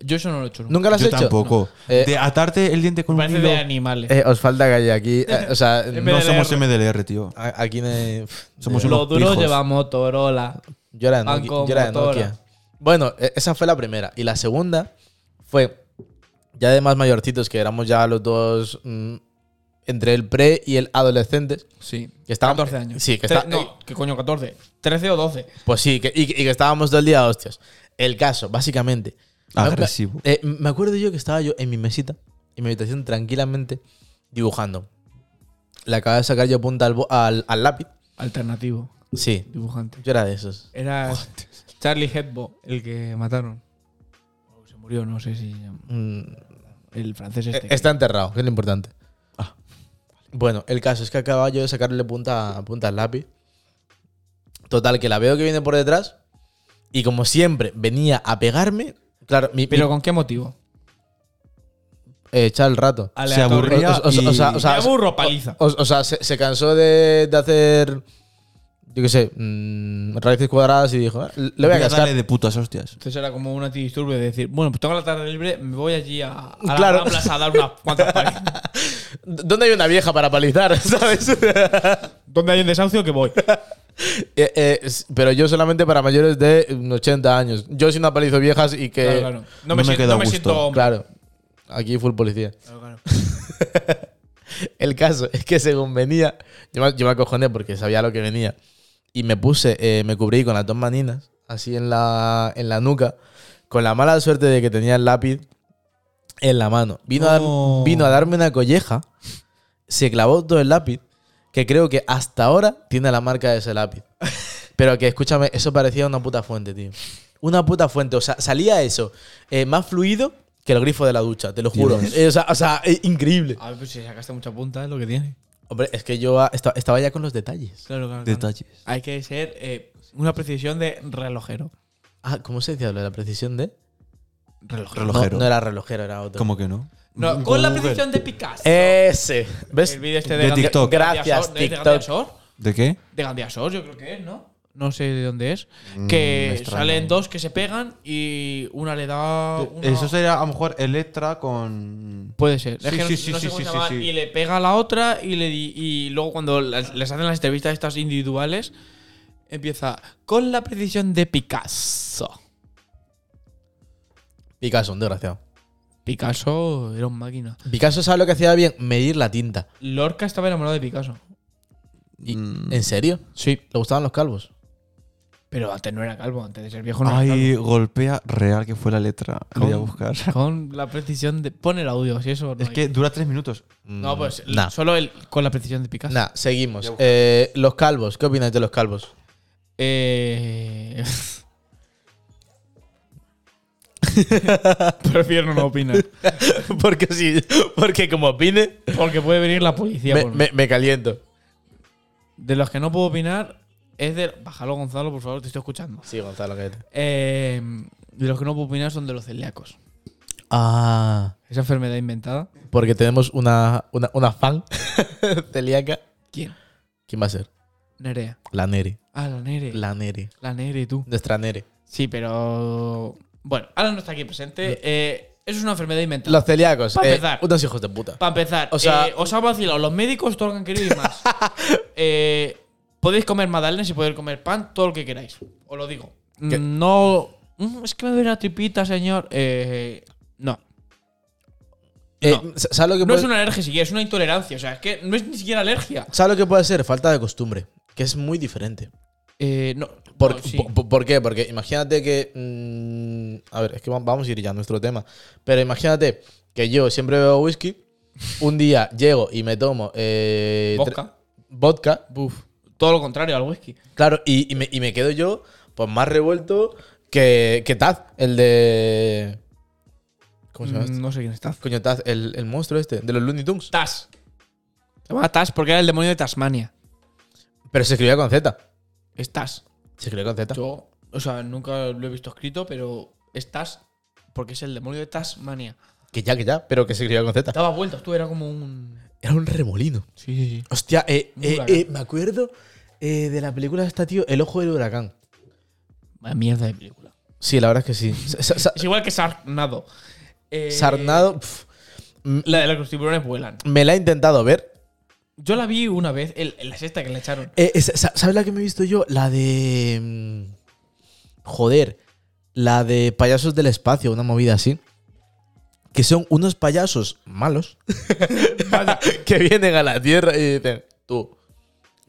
Yo eso no lo he hecho nunca.
¿Nunca lo has
Yo
hecho?
tampoco.
Eh,
de atarte el diente con un
Parece
hilo.
de animales.
Eh, os falta calle aquí. eh, o sea,
En
no
vez
No
de-
somos-
somos
LR.
MDLR, tío.
a- aquí ne- pf,
Somos
de-
Lo
unos
duro
pijos.
lleva Motorola.
yo era de
Banco
Nokia, yo era de
Motora.
Nokia. Bueno, e- esa fue la primera. Y la segunda fue ya de más mayorcitos, que éramos ya los dos mm, entre el pre y el adolescentes.
Sí.
Que estábamos-
14 años.
Sí, que
Tre-
está, eh,
No, ¿qué coño 14? 13 o 12.
Pues sí, que, y, que- y que estábamos todo el día hostias. El caso, básicamente.
Agresivo.
Eh, me acuerdo yo que estaba yo en mi mesita, en mi habitación, tranquilamente, dibujando. Le acababa de sacar yo punta al, bo- al- al lápiz.
Alternativo,
Sí,
dibujante.
yo era de esos.
Era Charlie Hebdo, el que mataron. O Oh, Se murió, no sé si.
Mm,
El francés
Eh,
este. Ah,
Está enterrado, que es lo importante. Bueno, el caso es que acababa yo de sacarle punta, punta al lápiz. Total, que la veo que viene por detrás. Y como siempre, venía a pegarme. Claro, mi,
¿Pero
mi-
con qué motivo?
eh, echar el rato.
Se aburría.
O- o- o- o sea- o
y-
sea-
Ah, Me aburro, paliza.
O, o sea, se, se cansó de, de hacer. Yo qué sé, mm, raíces cuadradas y dijo, "Ah, le voy a
Voy a
cascar.
darle de putas hostias.
Entonces era como un antidisturbio de decir, bueno, pues tengo la tarde libre, me voy allí a, a
Claro.
la plaza a dar unas cuantas palizas.
¿Dónde hay una vieja para palizar? ¿Sabes?
¿Dónde hay un desahucio que voy?
Eh, eh, s- pero yo solamente para mayores de mm, 80 años. Yo si no palizo viejas y que.
Claro, claro.
no
No
me
me, siento,
queda
no me
gusto.
siento hombre.
Claro. Aquí full policía.
Claro, claro.
El caso es que según venía, yo me, yo me acojoné porque sabía lo que venía. Y me puse, eh, me cubrí con las dos maninas, así en la, en la nuca, con la mala suerte de que tenía el lápiz en la mano. Vino, a, dar-
No.
vino a darme una colleja, se clavó todo el lápiz, que creo que hasta ahora tiene la marca de ese lápiz. Pero que escúchame, eso parecía una puta fuente, tío. Una puta fuente. O sea, salía eso eh, más fluido que el grifo de la ducha, te lo juro.
Dios.
Eh, o sea, o sea, eh, increíble.
A ver, pues si sacaste mucha punta, es lo que tiene.
Hombre, es que yo ah, esta- estaba ya con los detalles.
Claro, claro.
Detalles.
Hay que ser eh, una precisión de relojero.
Ah, ¿cómo se decía lo de la precisión de?
Relojero.
Relojero.
No, no era relojero, era otro.
¿Cómo que no? Mm,
No, con la
Google.
predicción de Picasso.
Ese. ¿Ves?
el vídeo este de,
Eh, de
Gandhi-
TikTok.
Gandhi
Gracias,
Ashore, ¿no es de
TikTok.
Gandhi Ashore?
¿De qué?
de Gandiasor, yo creo que es, ¿no? No sé de dónde es. que
Mm, me extraña. Eh,
salen dos que se pegan y una le da. una-
Eso sería a lo mejor Electra con.
Puede ser.
Sí,
Es que no-
sí, sí,
no sé
sí,
cómo se
sí,
llama.
sí, sí.
Y le pega a la otra y, le di- y luego cuando las- les hacen las entrevistas estas individuales, empieza con la precisión de Picasso.
Picasso, un desgraciado.
Picasso era un máquina.
Picasso sabe lo que hacía bien, medir la tinta.
Lorca estaba enamorado de Picasso.
Y-
mm,
¿En serio?
Sí.
¿Le gustaban los calvos?
Pero antes no era calvo, antes de ser viejo no era
Ay, golpea real que fue la letra. Lo voy a
Con-
buscar.
calvo. Con la precisión de. Pon el audio, si eso. No
Es
hay.
que dura tres minutos.
No, pues
Mm, Nah.
solo el, con la precisión de Picasso.
Nah, seguimos. Eh, los calvos, ¿qué opináis de los calvos?
Eh... Prefiero no opinar.
porque sí, porque como opine,
Porque puede venir la policía.
me,
por mí.
me- me caliento.
De los que no puedo opinar es de... Bájalo, Gonzalo, por favor, te estoy escuchando.
Sí, Gonzalo, que
Eh, de los que no puedo opinar son de los celíacos.
Ah.
Esa enfermedad inventada.
Porque tenemos una, una, una fan celíaca.
¿Quién?
¿Quién va a ser?
Nerea.
La Neri.
Ah, la Nere. La,
La Neri.
Nere, tú.
Nuestra Neri.
Sí, pero... Bueno, ahora no está aquí presente. Eh, eso es una enfermedad inventada.
Los celíacos.
Pa'
eh,
empezar.
unos hijos de puta.
Para empezar,
O sea-
eh, os ha vacilado los médicos todo lo que han querido y más. Eh, podéis comer magdalenas y podéis comer pan, todo lo que queráis. Os lo digo.
¿Qué?
No. Mm, Es que me duele la tripita, señor. Eh, no.
Eh,
no.
¿Sabes lo que
No
puede-
es una alergia siquiera, es una intolerancia. O sea, es que no es ni siquiera alergia.
¿Sabes lo que puede ser? Falta de costumbre, que es muy diferente.
Eh, no.
¿Por,
no, sí.
po- po- ¿por qué? Porque imagínate que... mm, a ver, es que va- vamos a ir ya a nuestro tema. Pero imagínate que yo siempre bebo whisky, un día llego y me tomo... eh, tre-
Vodka.
Vodka.
Buf. Todo lo contrario al whisky.
Claro, y, y me, y me quedo yo pues más revuelto que, que Taz, el de... ¿Cómo se llama? este?
Mm, No sé quién está.
Coño, Taz, el, el monstruo este, de los Looney Tunes.
Tas. Se llama Tas Ah, porque era el demonio de Tasmania.
Pero se escribía con Z.
Es Tas.
Se escribía con Z.
Yo, o sea, nunca lo he visto escrito, pero es Tas, porque es el demonio de Tasmania.
Que ya, que ya, pero que se escribía con Z.
Daba vueltas, tú era como un.
Era un remolino.
Sí, sí, sí.
Hostia, eh,
Un
eh,
huracán.
eh, me acuerdo eh, de la película esta, tío, El Ojo del Huracán.
Vaya mierda de película.
Sí, la verdad es que sí. Sa- sa- sa-
Es igual que Sarnado. Eh,
Sarnado, pf, m-
La de la que los tiburones vuelan.
me la he intentado ver.
Yo la vi una vez, el- en la sexta que la echaron.
Eh, eh, sa- sa- ¿Sabes la que me he visto yo? La de... mm, Joder, la de Payasos del Espacio, una movida así. Que son unos payasos malos que vienen a la Tierra y dicen, tú,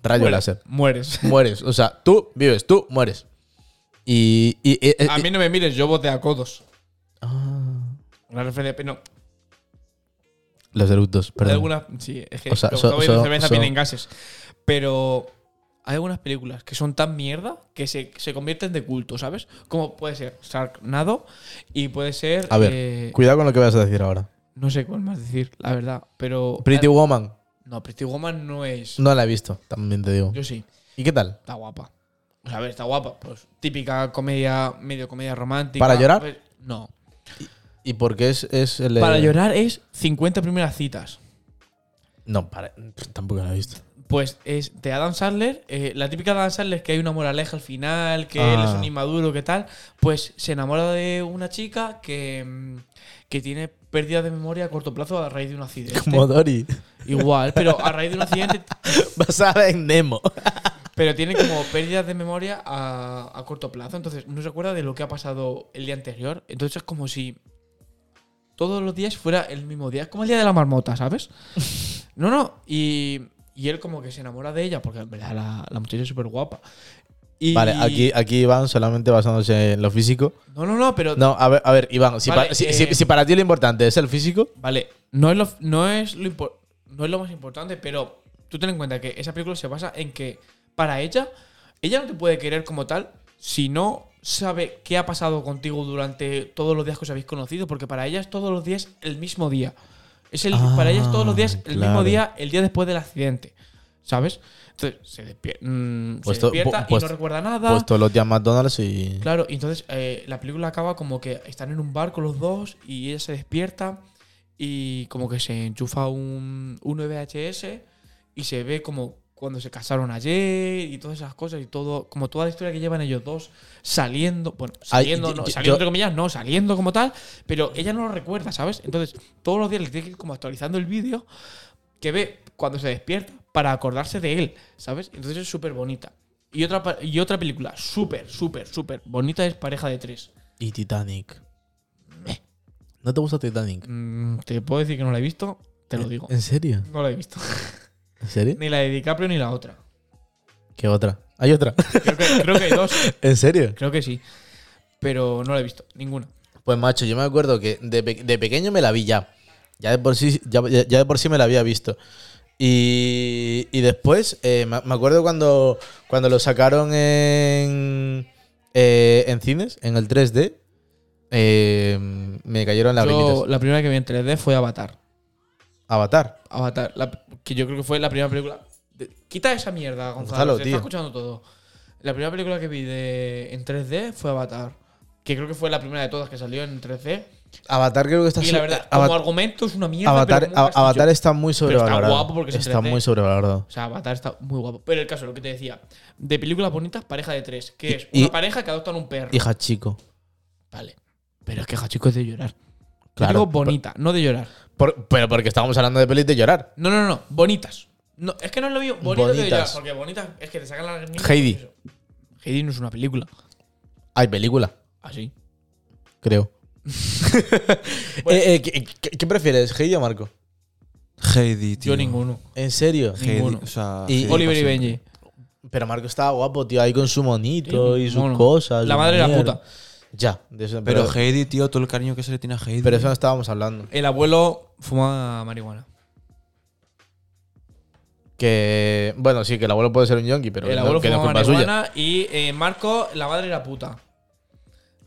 rayo
Mueres.
láser.
Mueres.
mueres. O sea, tú vives, tú mueres. Y. y- y-
A
y-
mí no me mires, yo voté a codos.
Ah.
Una referencia. pero No,
los eructos,
Hay
perdón.
algunas. Sí, es que
O sea,
como
so-
estamos bebiendo
so-
cerveza
so-
vienen gases. Pero hay algunas películas que son tan mierda que se, se convierten de culto, ¿sabes? Como puede ser Sarnado y puede ser.
A ver,
eh,
cuidado con lo que vas a decir ahora.
no sé cuál más decir, la verdad. Pero.
Pretty Woman,
No, Pretty Woman no es.
no la he visto, también te digo.
Yo sí,
¿Y qué tal?
está guapa. O sea, a ver, está guapa. Pues típica comedia, medio comedia romántica.
¿Para llorar?
Pues, no.
¿Y por qué es, es el.
Para
eh,
llorar es 50 primeras citas.
No, para, pff, tampoco la he visto.
Pues es de Adam Sandler, eh, la típica Adam Sandler que hay una moraleja al final, que
Ah.
él es un inmaduro, que tal, pues se enamora de una chica que, mm, que tiene pérdida de memoria a corto plazo a raíz de un accidente.
Como Dory.
Igual, pero a raíz de un accidente,
Basada en Nemo.
pero tiene como pérdidas de memoria a, a corto plazo, entonces no se acuerda de lo que ha pasado el día anterior, entonces es como si todos los días fuera el mismo día, es como el día de la marmota, ¿sabes? No, no, y, y él como que se enamora de ella, porque en verdad la, la muchacha es súper guapa. Y-
Vale, aquí, aquí Iván solamente basándose en lo físico.
No, no, no, pero...
No, a ver, a ver Iván, si,
Vale,
pa- si-
eh,
si- si para ti lo importante es el físico.
Vale, no es lo, no es lo, impor- no es lo más importante, pero tú ten en cuenta que esa película se basa en que para ella, ella no te puede querer como tal si no sabe qué ha pasado contigo durante todos los días que os habéis conocido, porque para ella es todos los días el mismo día. Es el,
Ah,
para ella es todos los días el
claro.
mismo día, el día después del accidente. ¿Sabes? Entonces se, despier- mm, se
Puesto- Pues pu-
despierta y
puesto-
no recuerda nada.
Pues todos los días McDonald's y.
Ah. Claro, y entonces eh, la película acaba como que están en un barco los dos y ella se despierta y como que se enchufa un, un VHS y se ve como cuando se casaron ayer y todas esas cosas y todo, como toda la historia que llevan ellos dos saliendo, bueno,
Ay,
saliendo,
yo-
no,
yo-
saliendo
yo-
entre comillas, no, saliendo como tal, pero ella no lo recuerda, ¿sabes? Entonces, todos los días le tiene que ir como actualizando el vídeo que ve cuando se despierta para acordarse de él, ¿sabes? Entonces es súper bonita. Y otra, pa- y otra película súper, súper, súper bonita es Pareja de Tres.
Y Titanic. ¿No te gusta Titanic?
Mm, te puedo decir que no la he visto, te lo digo.
¿En serio?
No la he visto.
¿En serio?
Ni la de DiCaprio ni la otra.
¿Qué otra? ¿Hay otra?
Creo que, creo que hay dos.
¿En serio?
Creo que sí. Pero no la he visto, ninguna.
Pues macho, yo me acuerdo que de, pe- de pequeño me la vi ya. Ya de por sí, ya, ya- ya de por sí me la había visto. Y, y después, eh, me me acuerdo cuando, cuando lo sacaron en, eh, en cines, en el 3D, eh, me cayeron las
Yo,
brinitas.
la primera que vi en 3D fue Avatar.
Avatar.
Avatar, la- que yo creo que fue la primera película. de- quita esa mierda, Gonzalo.
Gonzalo,
se
tío.
está escuchando todo. La primera película que vi de, en 3D fue Avatar. Que creo que fue la primera de todas que salió en 3D.
Avatar creo que está...
y
so-
la verdad,
Ava-
como argumento es una mierda.
eh, Avatar,
pero como un
Ava- Avatar
castillo.
está muy
está
sobrevalorado.
guapo porque es en
Está
3D.
muy sobrevalorado.
O sea, Avatar está muy guapo. Pero el caso, lo que te decía, de películas bonitas, pareja de tres. Que
Y-
es una
y-
pareja que adoptan un perro.
Hija chico.
Vale. Pero es que Hachiko es de llorar. Yo
Claro.
digo bonita, no de llorar.
Por- pero porque estábamos hablando de pelis de llorar.
No, no, no, bonitas. No, es que no es lo mismo. Bonito de llorar,
Bonitas.
porque bonitas es que te sacan las niñas.
Heidi.
Heidi no es una película.
Hay película.
Así.
creo.
Bueno.
Eh, eh, ¿qué, qué- qué prefieres, Heidi o Marco?
Heidi, tío.
Yo ninguno.
¿En serio?
Sí.
Heidi,
ninguno.
o sea,
Y-
Heidi
Oliver y
pa' siempre.
Benji.
Pero Marco estaba guapo, tío, ahí con su monito
Sí,
y sus
mono.
cosas.
La
su
madre era
mierda.
puta.
Ya, de eso- pero,
Pero
pero,
Heidi, tío, todo el cariño que se le tiene a Heidi.
eso no estábamos hablando.
El abuelo fumaba marihuana.
Que, bueno, sí, que el abuelo puede ser un yonki, pero
el
no-
abuelo
que no es
fumaba
culpa suya.
marihuana y eh, Marco, la madre era puta.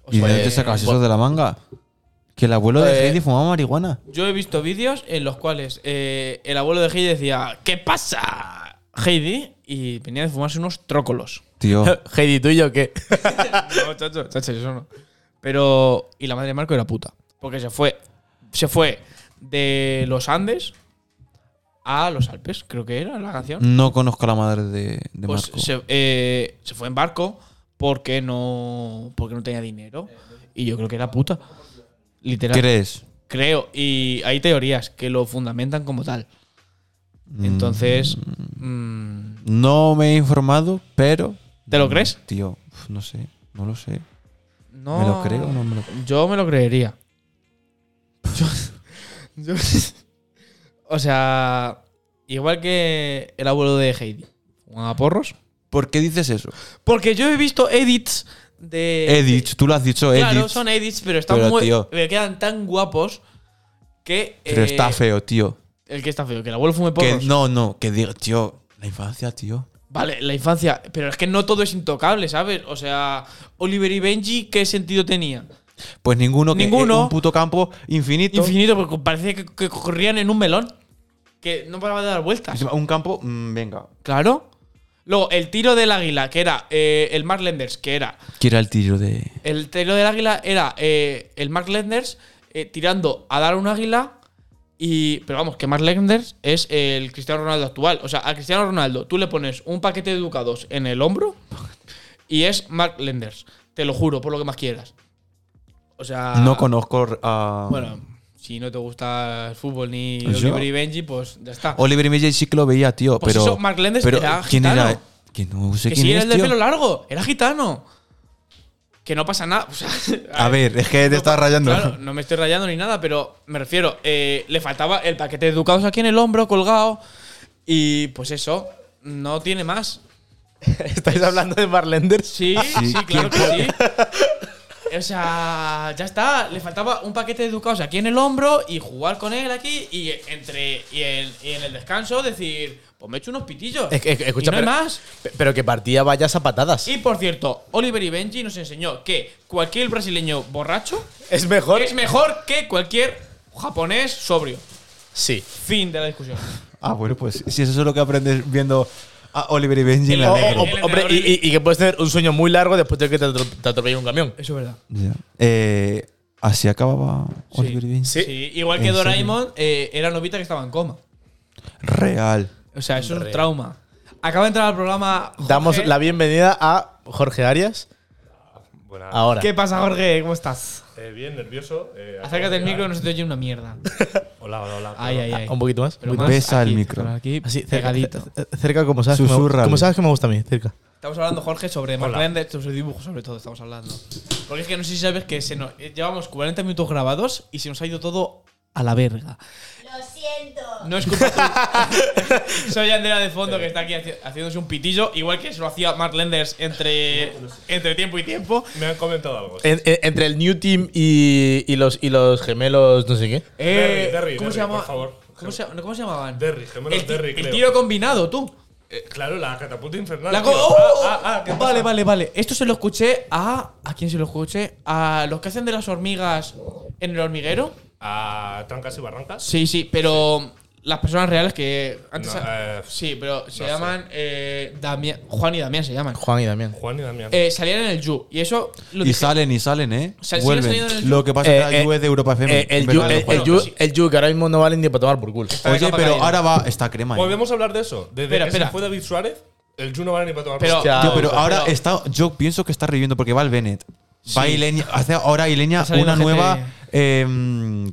O
¿Y de
sea,
dónde te
eh,
sacas
bueno.
eso de la manga? Que el abuelo
Eh,
de Heidi fumaba marihuana.
Yo he visto vídeos en los cuales eh, el abuelo de Heidi decía, ¿qué pasa? Heidi, y venía de fumarse unos trócolos.
Tío,
Heidi, ¿tú y yo qué?
No, chacho, chacho, eso no. Pero. Y la madre de Marco era puta. Porque se fue. Se fue de los Andes a los Alpes, creo que era la canción.
no conozco a la madre de, Mm, de
pues
Marco.
se, eh, se fue en barco porque no. Porque no tenía dinero. Y yo creo que era puta. Literal.
¿Crees?
creo. Y hay teorías que lo fundamentan como tal. Entonces. mm,
No me he informado, pero.
¿Te lo crees?
Tío, uf, no sé, no lo sé.
No.
¿Me lo creo o no me lo creo?
Yo me lo creería. Yo- yo- o sea, igual que el abuelo de Heidi. ¿A porros?
¿Por qué dices eso?
Porque yo he visto edits de.
Edits, tú lo has dicho,
Eh, Claro,
Edits.
son eh, edits, pero están
Pero,
muy.
tío.
Me quedan tan guapos que.
Pero
eh,
está feo, tío.
El que está feo, que el abuelo fume
Que,
porros.
no, no, que diga, tío, la infancia, tío.
Vale, la infancia. Pero es que no todo es intocable, ¿sabes? O sea, Oliver y Benji, ¿qué sentido tenía?
Pues ninguno, que
Ninguno.
es un puto campo infinito.
Infinito, porque parecía que, que corrían en un melón. Que no paraba de dar vueltas.
Encima, Un campo, mm, venga.
Claro. Luego, el tiro del águila, que era eh, el Mark Lenders, que era.
Que era el tiro de.
El tiro del águila era eh, el Mark Lenders eh, tirando a dar a un águila. Y. Pero vamos, que Mark Lenders es el Cristiano Ronaldo actual. O sea, a Cristiano Ronaldo tú le pones un paquete de ducados en el hombro y es Mark Lenders. Te lo juro, por lo que más quieras. O sea.
No conozco a.
Ah. Bueno, si no te gusta el fútbol ni
Pues yo.
Oliver y Benji, pues ya está.
Oliver y Benji sí que lo veía, tío.
Pues
pero,
eso, Mark Lenders
pero
era
¿quién
gitano.
era? Que no sé
Que
quién
sí, era
es,
el de
tío.
pelo largo, era gitano. Que no pasa nada. o sea,
A ver, es que te estás rayando.
Claro, no me estoy rayando ni nada, pero me refiero, eh, le faltaba el paquete de ducados aquí en el hombro, colgado. Y pues eso, no tiene más.
¿Estáis hablando de Marlenders?
Sí, sí, claro que sí. O sea, ya está. Le faltaba un paquete de ducados aquí en el hombro y jugar con él aquí. Y entre y en, y en el descanso decir, pues me echo unos pitillos.
Es que- es que- escucha,
y no hay
pero-
más.
Pero que partía vallas a patadas.
Y por cierto, Oliver y Benji nos enseñó que cualquier brasileño borracho
¿Es mejor?
es mejor que cualquier japonés sobrio.
Sí.
Fin de la discusión.
Ah, bueno, pues si eso es lo que aprendes viendo a Oliver y Benji en
El-
la
O-
negro.
o- o- hombre, y, y- y que puedes tener un sueño muy largo después de que te atro- te atropelle un camión.
Eso es verdad.
Ya. Eh, Así acababa Oliver
Sí.
Benji.
Sí.
Sí, Igual que
¿En serio?
Doraemon eh, era novita que estaba en coma.
Real.
O sea, eso es
Real.
un trauma. Acaba de entrar al programa. Jorge.
Damos la bienvenida a Jorge Arias.
Buena.
Ahora.
¿Qué pasa, Jorge? ¿Cómo estás?
Eh, bien, nervioso. eh,
Acércate al
acabo de
micro, no
llegar.
se te oye una mierda.
Hola, hola, hola.
Ay, ay, ay.
Un poquito más.
Pero
un poquito
más
Besa el
aquí,
micro.
Aquí,
más. Así, cerca,
pegadito.
cer- eh, cerca, como sabes, que me-
Susurrale.
como sabes que me gusta a mí, cerca.
Estamos hablando, Jorge, sobre Mark
Hola.
Lander, sobre dibujos, sobre todo, estamos hablando. Porque es que no sé si sabes que se nos- eh, llevamos 40 minutos grabados y se nos ha ido todo a la verga.
Lo siento.
No es culpa tuya. Soy Andrea de fondo que está aquí haci- haciéndose un pitillo, igual que se lo hacía Mark Lenders entre, entre tiempo y tiempo.
Me han comentado algo.
Eh.
sí.
En- en- entre el New Team y, y los, y los gemelos, no sé qué.
Eh,
Derry, Derry,
¿Cómo se
Derry,
llama?
por favor.
¿Cómo se, no, ¿cómo se llamaban?
Derry, gemelos
el, ti-
Derry,
el
creo.
tiro combinado, tú.
Eh, claro, la catapulta infernal.
La co-
tío.
¡Oh!
Ah, ah, ah, ¿qué
vale,
pasa?
vale, vale. Esto se lo escuché a. ¿A quién se lo escuché? A los que hacen de las hormigas en el hormiguero.
Ah, trancas y barrancas.
Sí, sí, pero las personas reales que antes.
No,
ha-
eh,
sí, pero se
no
llaman. eh, Damián- Juan y Damián se llaman.
Juan y Damián.
Juan y Damián.
Eh, salían en el You. Y eso lo
Y
dije-
salen, y salen, ¿eh?
O sea, siguen saliendo en
Vuelven.
el-
Lo que pasa
Eh,
es que la
eh,
Juve E de Europa FM.
Eh, el,
en
E,
verdad,
Yu-
lo
el,
juego.
el Yu- el Yu, que ahora mismo no vale ni para tomar por culo.
Está de
Oye,
capa
pero
caída.
ahora va. Está crema. ¿eh?
Podemos hablar de eso. Desde
Espera,
que
espera.
se fue David Suárez, el Juno vale ni para tomar
Pero-
por
Hostia,
culo.
Tío, pero
pero-
ahora está. Yo pienso que está reviviendo porque va el Bennett. Va Ilenia- hace ahora Ilenia
Ha salido
una
gente-
nueva. eh,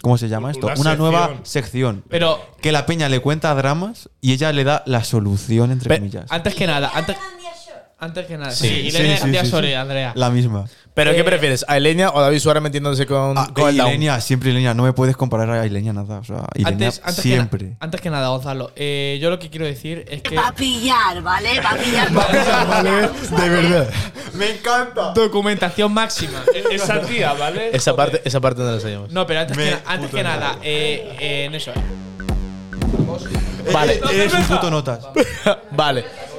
¿Cómo se llama esto?
Una
Una, nueva
sección.
sección.
Pero
que la peña le cuenta dramas y ella le da la solución, entre
Pe-
comillas.
antes que nada, antes, antes que nada. Sí, y Lenia
sí, sí,
Díaz
sí,
Sore,
sí.
Andrea.
La misma.
¿Pero
Eh,
qué prefieres? ¿A Elenia o David Suárez metiéndose con,
Ah,
con el Down?
Ilenia, siempre Ilenia. No me puedes comparar a Ilenia nada. O sea, Ilenia
Antes, antes Que
siempre.
na- antes que nada, Gonzalo, eh, yo lo que quiero decir es que.
Va a pillar, ¿vale? Va a pillar.
de verdad. Me encanta.
Documentación máxima.
Eh, Esa tía, ¿vale?
Esa parte, esa parte no la sabíamos.
No, pero antes
Me
que, na- antes
puto
que
nada.
nada, eh, eh, en eso.
Vale.
Eres un puto notas.
vale.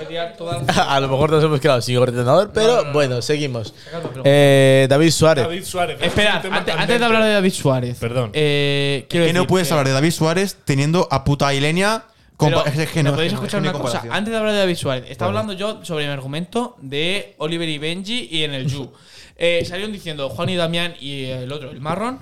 A lo mejor nos hemos quedado sin ordenador, pero bueno, seguimos.
pero-
Eh, David Suárez.
David Suárez.
Espera,
Es un tema
antes,
candente.
antes de hablar de David Suárez.
Perdón.
Eh, quiero
Que no
decir
puedes
que-
hablar de David Suárez teniendo a puta Ilenia.
Pero,
compa- es que no-
¿me podéis
es que no
escuchar
hay
una cosa?
comparación.
Antes de hablar de David Suárez, estaba hablando yo sobre mi argumento de Oliver y Benji y en el You. Eh, salieron diciendo Juan y Damián y el otro, el marrón,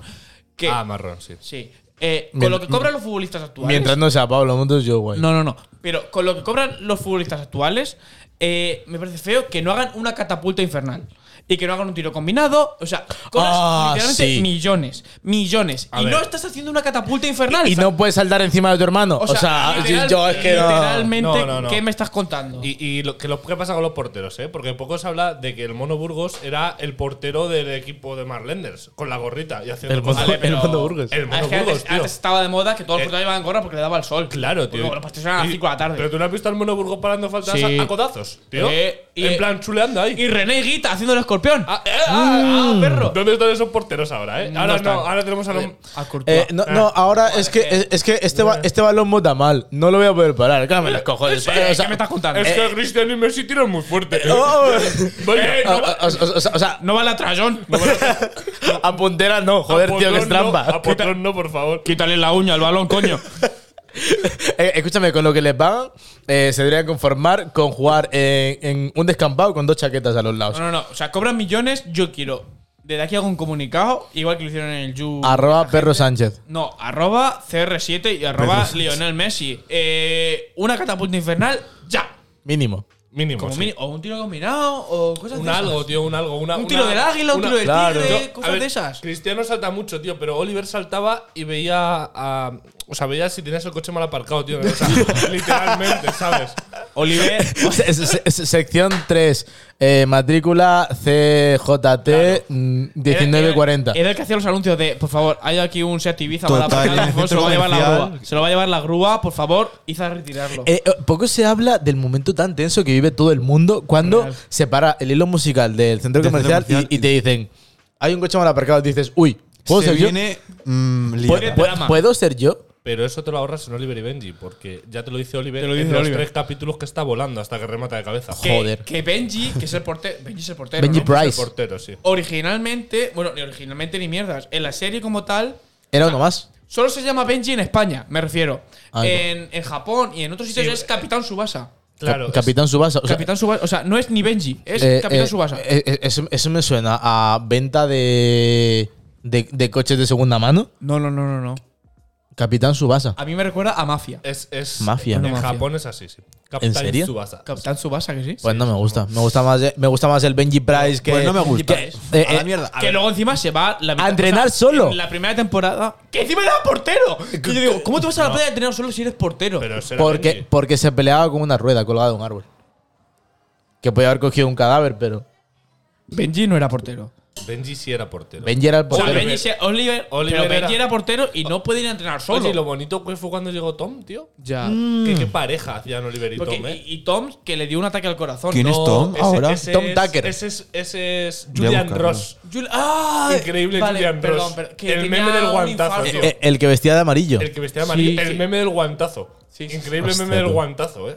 que.
Ah, marrón, sí.
sí. eh, con
Mien-
lo que cobran los futbolistas actuales.
Mientras no sea Pablo Montes, yo guay.
No, no, no. Pero con lo que cobran los futbolistas actuales, eh, me parece feo que no hagan una catapulta infernal. Y que no hagan un tiro combinado. O sea, cobras
Ah,
literalmente
sí.
millones. Millones.
A
y
ver.
no estás haciendo una catapulta infernal.
Y no puedes saltar encima de tu hermano. O sea,
literal-
yo es que no.
literalmente,
No, no, no.
¿qué me estás contando?
Y, y lo, que lo que pasa con los porteros, ¿eh? Porque poco se habla de que el Mono Burgos era el portero del equipo de Marlenders, con la gorrita y haciendo
El Mono-
cosas.
el pero- Mono Burgos.
El Mono
Ah, Es que
Burgos,
antes,
tío.
antes estaba de moda que todos los
Eh,
porteros llevaban gorra porque le daba el sol.
Claro, tío.
Porque los partidos eran a las
Y-
5 de la tarde.
Pero tú no has visto al Mono Burgos parando faltas
Sí.
a, a codazos, tío.
Eh, y-
en plan, chuleando ahí.
y René Higuita haciendo el escorpión. Mm. Eh,
Ah, eh, ah, ah, perro.
perro.
¿Dónde están esos porteros ahora, eh?
No
Ahora no,
están.
ahora tenemos a los.
A Courtois.
Eh, no, no, ahora es que, es, es que este, ba- este balón mota mal. No lo voy a poder parar. Cámame los cojones.
Eh,
O sea,
¿Qué me estás contando?
Es que
Eh,
Cristiano y Messi tiran muy fuerte. eh.
oh,
Vaya,
o, o- o- o- o sea,
no vale a Trayón.
a puntera no, joder, tío, que es
Potrón no,
trampa.
A Potrón no, por favor.
Quítale la uña al balón, coño.
Eh, escúchame, con lo que les pagan, eh, se deberían conformar con jugar en, en un descampado con dos chaquetas a los lados.
No, no, no. O sea, cobran millones. Yo quiero. Desde aquí hago un comunicado, igual que lo hicieron en el You.
Arroba perro Sánchez.
No, arroba CR7 y arroba Lionel Messi. Eh, una catapulta infernal, ya.
Mínimo.
Mínimo.
Como
sí.
mini- o un tiro combinado, o cosas
Un
de esas.
algo, tío, un algo. Una,
Un tiro
una-
del águila, un
una-
tiro del
claro.
tigre,
Yo, a
cosas
ver,
de esas.
Cristiano salta mucho, tío, pero Oliver saltaba y veía a. O sea, veía si tenías el coche mal aparcado, tío. O sea, literalmente, ¿sabes?
Oliver,
Se- se- se- sección 3, eh, matrícula CJT mm, 1940.
Era, el que hacía los anuncios de, por favor, hay aquí un Seat Ibiza,
Total,
mala
en el
patada, por favor, se lo va a
centro
llevar la
comercial.
grúa. Se lo va a llevar la grúa, por favor, hizo a retirarlo.
Eh, eh, poco se habla del momento tan tenso que vive todo el mundo cuando
Real.
se para el hilo musical del centro
Del centro
comercial, y-
comercial.
y, te dicen, hay un coche mal aparcado, dices, uy, ¿puedo
Se
ser
viene. mm,
yo? ¿Puedo-
liada.
puedo- ¿Puedo ser yo?
Pero eso te lo ahorras en Oliver y Benji, porque ya te lo dice Oliver
Te lo dice
en los
Oliver.
tres capítulos que está volando hasta que remata de cabeza.
que,
joder.
Que Benji, que es el portero. Benji es el portero.
Benji
¿no?
Price.
El portero, sí.
Originalmente, bueno, ni originalmente ni mierdas. En la serie como tal,
Era uno más.
solo se llama Benji en España, me refiero.
Ah,
En, en Japón y en otros sitios
eh,
es Capitán Subasa.
Cap-
Claro. es-
Capitán Subasa. o sea,
Capitán Subasa, o sea, no es ni Benji, es
eh,
Capitán
eh,
Subasa.
eh, eh, eso, eso me suena a venta de de, de coches de segunda mano,
No, no, no, no, no.
Capitán Subasa.
A mí me recuerda a
Eh,
Mafia.
Es, es-
Mafia.
En
Bueno,
mafia.
Japón es así, sí. Capitán
serio?
Tsubasa.
Capitán Subasa, que sí.
Pues no me gusta. Me gusta más, me gusta más el Benji Price que.
Pues no me gusta.
que- eh,
a la
eh,
mierda. A
que
ver,
luego encima se va la mitad-
A entrenar
o sea,
solo.
en la primera temporada. Que encima era portero. Que yo digo, ¿cómo te vas a la playa a entrenar solo si eres portero?
Pero ese era
Porque,
Benji.
porque se peleaba con una rueda colgada de un árbol. Que podía haber cogido un cadáver, pero.
Benji no era portero.
Benji sí era portero.
Benji era el
O sea,
portero.
Benji se- Oliver,
Oliver
pero
era-
Benji era portero y no puede ir a entrenar solo.
Oye, y lo bonito que fue cuando llegó Tom, tío.
Ya.
Mm.
Que qué pareja hacían Oliver y
Porque-
Tom, ¿eh?
y, y Tom, que le dio un ataque al corazón.
¿Quién es
No,
Tom
ese-
ahora?
ese
Tom
es-
Tucker.
Ese es, ese es
Voy a
Julian
buscarlo.
Ross.
Jul- ¡Ah!
Increíble
Vale,
Julian
perdón,
Ross.
pero que
el
tenía
meme del
un
guantazo,
infarto.
tío.
Eh, eh, el que vestía de amarillo.
El que vestía amarillo.
Sí,
el
sí.
meme del guantazo.
Sí, sí.
Increíble
Hostia,
meme del
tú.
guantazo, ¿eh?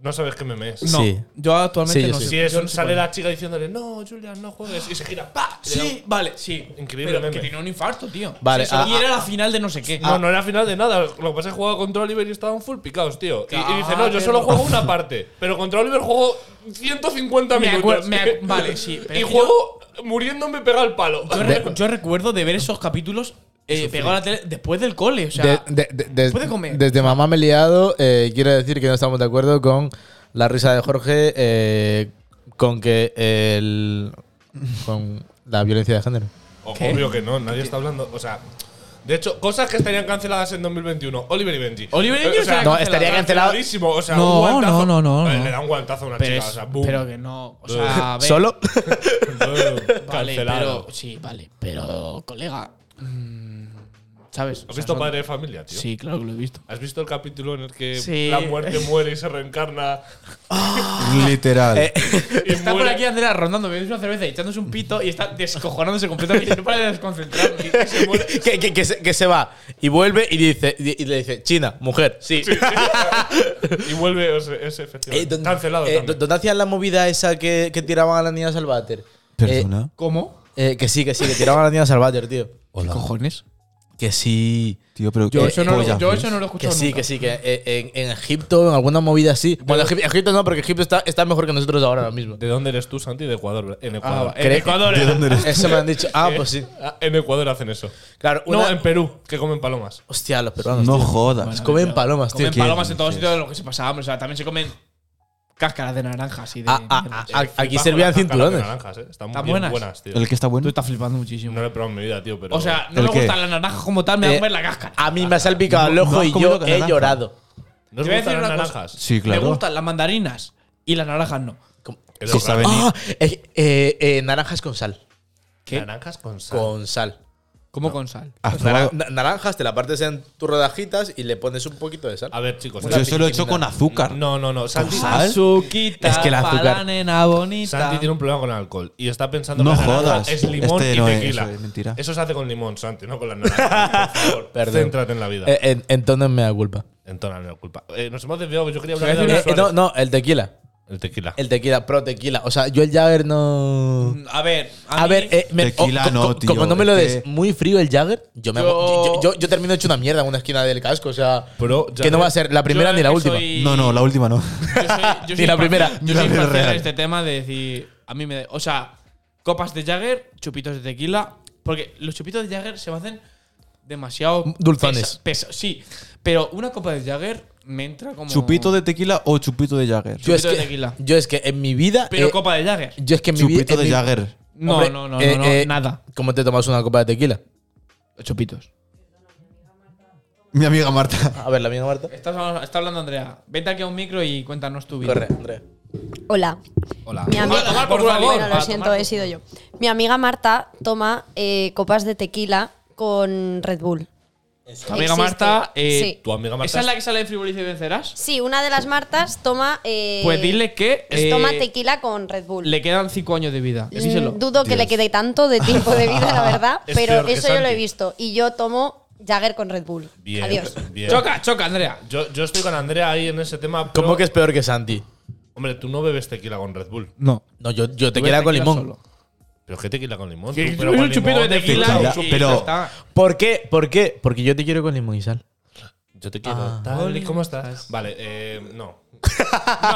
No sabes qué meme es.
Eh, No,
Sí.
yo actualmente
Sí, yo
no
sí.
sé.
Si es,
Yo no sé
sale
cuál
la chica diciéndole, no, Julian, no juegues. Y se gira, ¡pa!
es. Sí, vale, sí.
Increíble
Pero
meme.
que tenía un infarto, tío.
Vale,
Sí, sí, y
ah,
era la final de no sé qué.
No, no era final de nada. Lo que pasa es que jugaba contra Oliver y estaban full picados, tío. Y, y dice, no, yo solo
Claro.
juego una parte. Pero contra Oliver juego 150
Me acuer-
minutos.
me acu- vale, sí, pero
y
es que
juego muriéndome pega al palo.
Yo, re- yo recuerdo de ver esos capítulos eh, pegado a la tele después del cole. O sea,
De- de- de- de-
puede comer.
Desde mamá me he liado, eh, quiero decir que no estamos de acuerdo con la risa de Jorge eh, con que el. con la violencia de género.
O-
¿Qué?
Obvio que no, nadie está hablando. O sea, de hecho, cosas que estarían canceladas en 2021. Oliver y Benji.
Oliver y
Eh,
Benji
o sea,
estaría
No, estaría cancelado.
canceladísimo. O sea,
No,
un guantazo.
no, no, no,
Eh,
no.
Le da un guantazo a una
pero,
chica.
es-
O sea, boom.
pero que no. O sea, a ver,
¿Solo?
Vale,
Cancelado.
pero. Sí, vale. Pero, colega. mm, ¿Sabes? O
¿Has
sea,
visto
son-
Padre de Familia, tío?
Sí, claro que lo he visto.
¿Has visto el capítulo en el que
Sí.
la muerte muere y se reencarna?
Literal.
Eh,
Y
Está por
muere-
aquí Andrea rondando, bebiendo una cerveza y echándose un pito y está descojonándose completamente. No para de desconcentrarme. Se muere.
que, que- que se, que se va y vuelve y, dice, y le dice: China, mujer, sí.
Y vuelve ese, ese
Eh,
efectivamente.
¿dónde-
Cancelado
eh,
también.
¿Dónde hacían la movida esa que, que tiraban a las niñas al váter? Eh,
Perdona.
¿Cómo?
eh, que sí, que sí, que tiraban a las niñas al váter, tío.
Hola.
cojones?
Que sí. Eh, pues
Tío, pero eh,
Yo,
qué
eso, no lo,
pollas
yo
ves.
eso no lo he escuchado.
Que sí,
nunca.
que sí, que eh, en, en Egipto, en alguna movida así. Bueno, Egip- Egipto no, porque Egipto está, está mejor que nosotros ahora, ahora mismo.
¿De dónde eres tú, Santi? De Ecuador. En
Ah,
Ecuador. ¿eh?
va, en
Cre-
Ecuador.
¿De
era.
dónde eres?
Eso me han dicho. Ah, pues sí.
Ah, En Ecuador hacen eso.
Claro, una,
No, en Perú, que comen palomas.
Hostia, los peruanos.
No
tío.
jodas.
Comen palomas, tío.
Comen palomas en todos
dices?
sitios de lo que se pasaba. O sea, también se comen cáscaras de naranja así de.
Ah, ah, ah, ah, aquí
Flipas
servían
con las cáscaras de
cinturones.
naranjas, eh. Están
¿Están
muy buenas?
buenas?
tío.
El que está
Tú
bueno.
estás flipando muchísimo.
No lo he probado en mi vida, tío, pero.
o sea, no
¿El
me
qué?
gustan las naranjas como tal, me voy
Eh,
a comer la cáscara.
A mí me ha salpicado el
No,
ojo
no,
y
¿cómo
yo
lo que
he
naranja?
llorado.
¿no
Te voy a
os
decir
gustan las
una cosa.
naranjas?
Sí, claro.
Me gustan las mandarinas y las naranjas no.
Es
Sí,
raro.
saben.
Ah, eh, eh, eh, naranjas con sal.
¿Qué?
Naranjas con sal.
Con sal.
¿Cómo con sal?
Nara-
Azúcar.
na- naranjas te la partes en tus rodajitas y le pones un poquito de sal.
A ver, chicos.
Yo eso lo he hecho con azúcar.
No, no, no. Santi,
sal?
Azuquita,
Es que el azúcar-
pa' la nena bonita.
Santi tiene un problema con el alcohol y está pensando
No
que la naranja
jodas.
es limón
Este
y
no es,
tequila.
eso es mentira.
Eso se hace con limón, Santi, no con las naranjas. Por favor,
Perdón.
céntrate en la vida.
Eh, en- entonces me da culpa.
Entonces, no es culpa. Eh, nos hemos desviado, yo quería
Eh,
hablar de Luis
eh, no,
Suárez.
no, el tequila.
El tequila.
El tequila, pro tequila. O sea, yo el Jagger no.
A ver,
A,
mí-
ver, eh, me-
Tequila
co-
no,
co-
tío,
como no me
es
lo
que-
des muy frío el Jagger, yo, me
Yo-
hago- yo, yo- yo termino hecho una mierda en una esquina del casco. O sea,
Pro
que
Jagger.
no va a ser la primera
yo
ni la
que
última.
soy-
No, no, la última no.
Yo soy, yo soy
la
imparcial-
primera.
Yo
La
soy
primera
imparcial
real.
en este tema de decir. A mí me. da- O sea, copas de Jagger, chupitos de tequila. Porque los chupitos de Jagger se me hacen demasiado.
Dulzones.
pesa- pesa- sí, pero una copa de Jagger me entra como.
¿Chupito de tequila o chupito de Jagger?
yo, es
chupito de
que,
tequila.
yo es que en mi vida.
Pero
eh,
copa de Jagger.
yo es que en mi vida.
Chupito
en
de
mi-
Jagger.
No,
Hombre,
no, no,
eh,
no, no,
eh,
nada.
¿Cómo te tomas una copa de tequila?
Chupitos.
Mi amiga Marta.
A ver, la mía Marta.
Estás- está hablando Andrea. Vente aquí a un micro y cuéntanos tu vida.
Corre, Andrea.
Hola.
Hola.
Mi amiga,
Tomar por favor.
Bueno,
Para
lo siento,
tomar.
he sido yo. Mi amiga Marta toma eh, copas de tequila con Red Bull.
Tu amiga
Existe.
Marta. eh,
Sí.
Tu amiga Marta.
¿Esa es la que sale en Frivolice y Vencerás?
Sí, una de las Martas toma. eh,
Pues dile que. eh,
toma tequila con Red Bull.
Le quedan 5 años de vida.
Mm,
Díselo.
Dudo que le quede tanto de tiempo de vida, la verdad,
Es
pero
peor que
eso yo lo
Santi.
he visto. Y yo tomo Jagger con Red Bull.
Bien,
Adiós.
Eh,
bien.
Choca, choca, Andrea.
Yo, yo estoy con Andrea ahí en ese tema. pero-
¿Cómo que es peor que Santi?
Hombre, tú no bebes tequila con Red Bull.
No.
No, yo, yo tequila con limón.
¿Pero qué tequila con limón?
Que
tú?
yo
Pero
soy
con
un chupito de
limón,
tequila.
tequila,
y-
pero-
ya está.
¿Por qué? ¿Por qué? Porque yo te quiero con limón y sal.
Yo te quiero.
Ah.
tal y ¿Cómo estás? Vale, eh, no.
No, pero
Ah,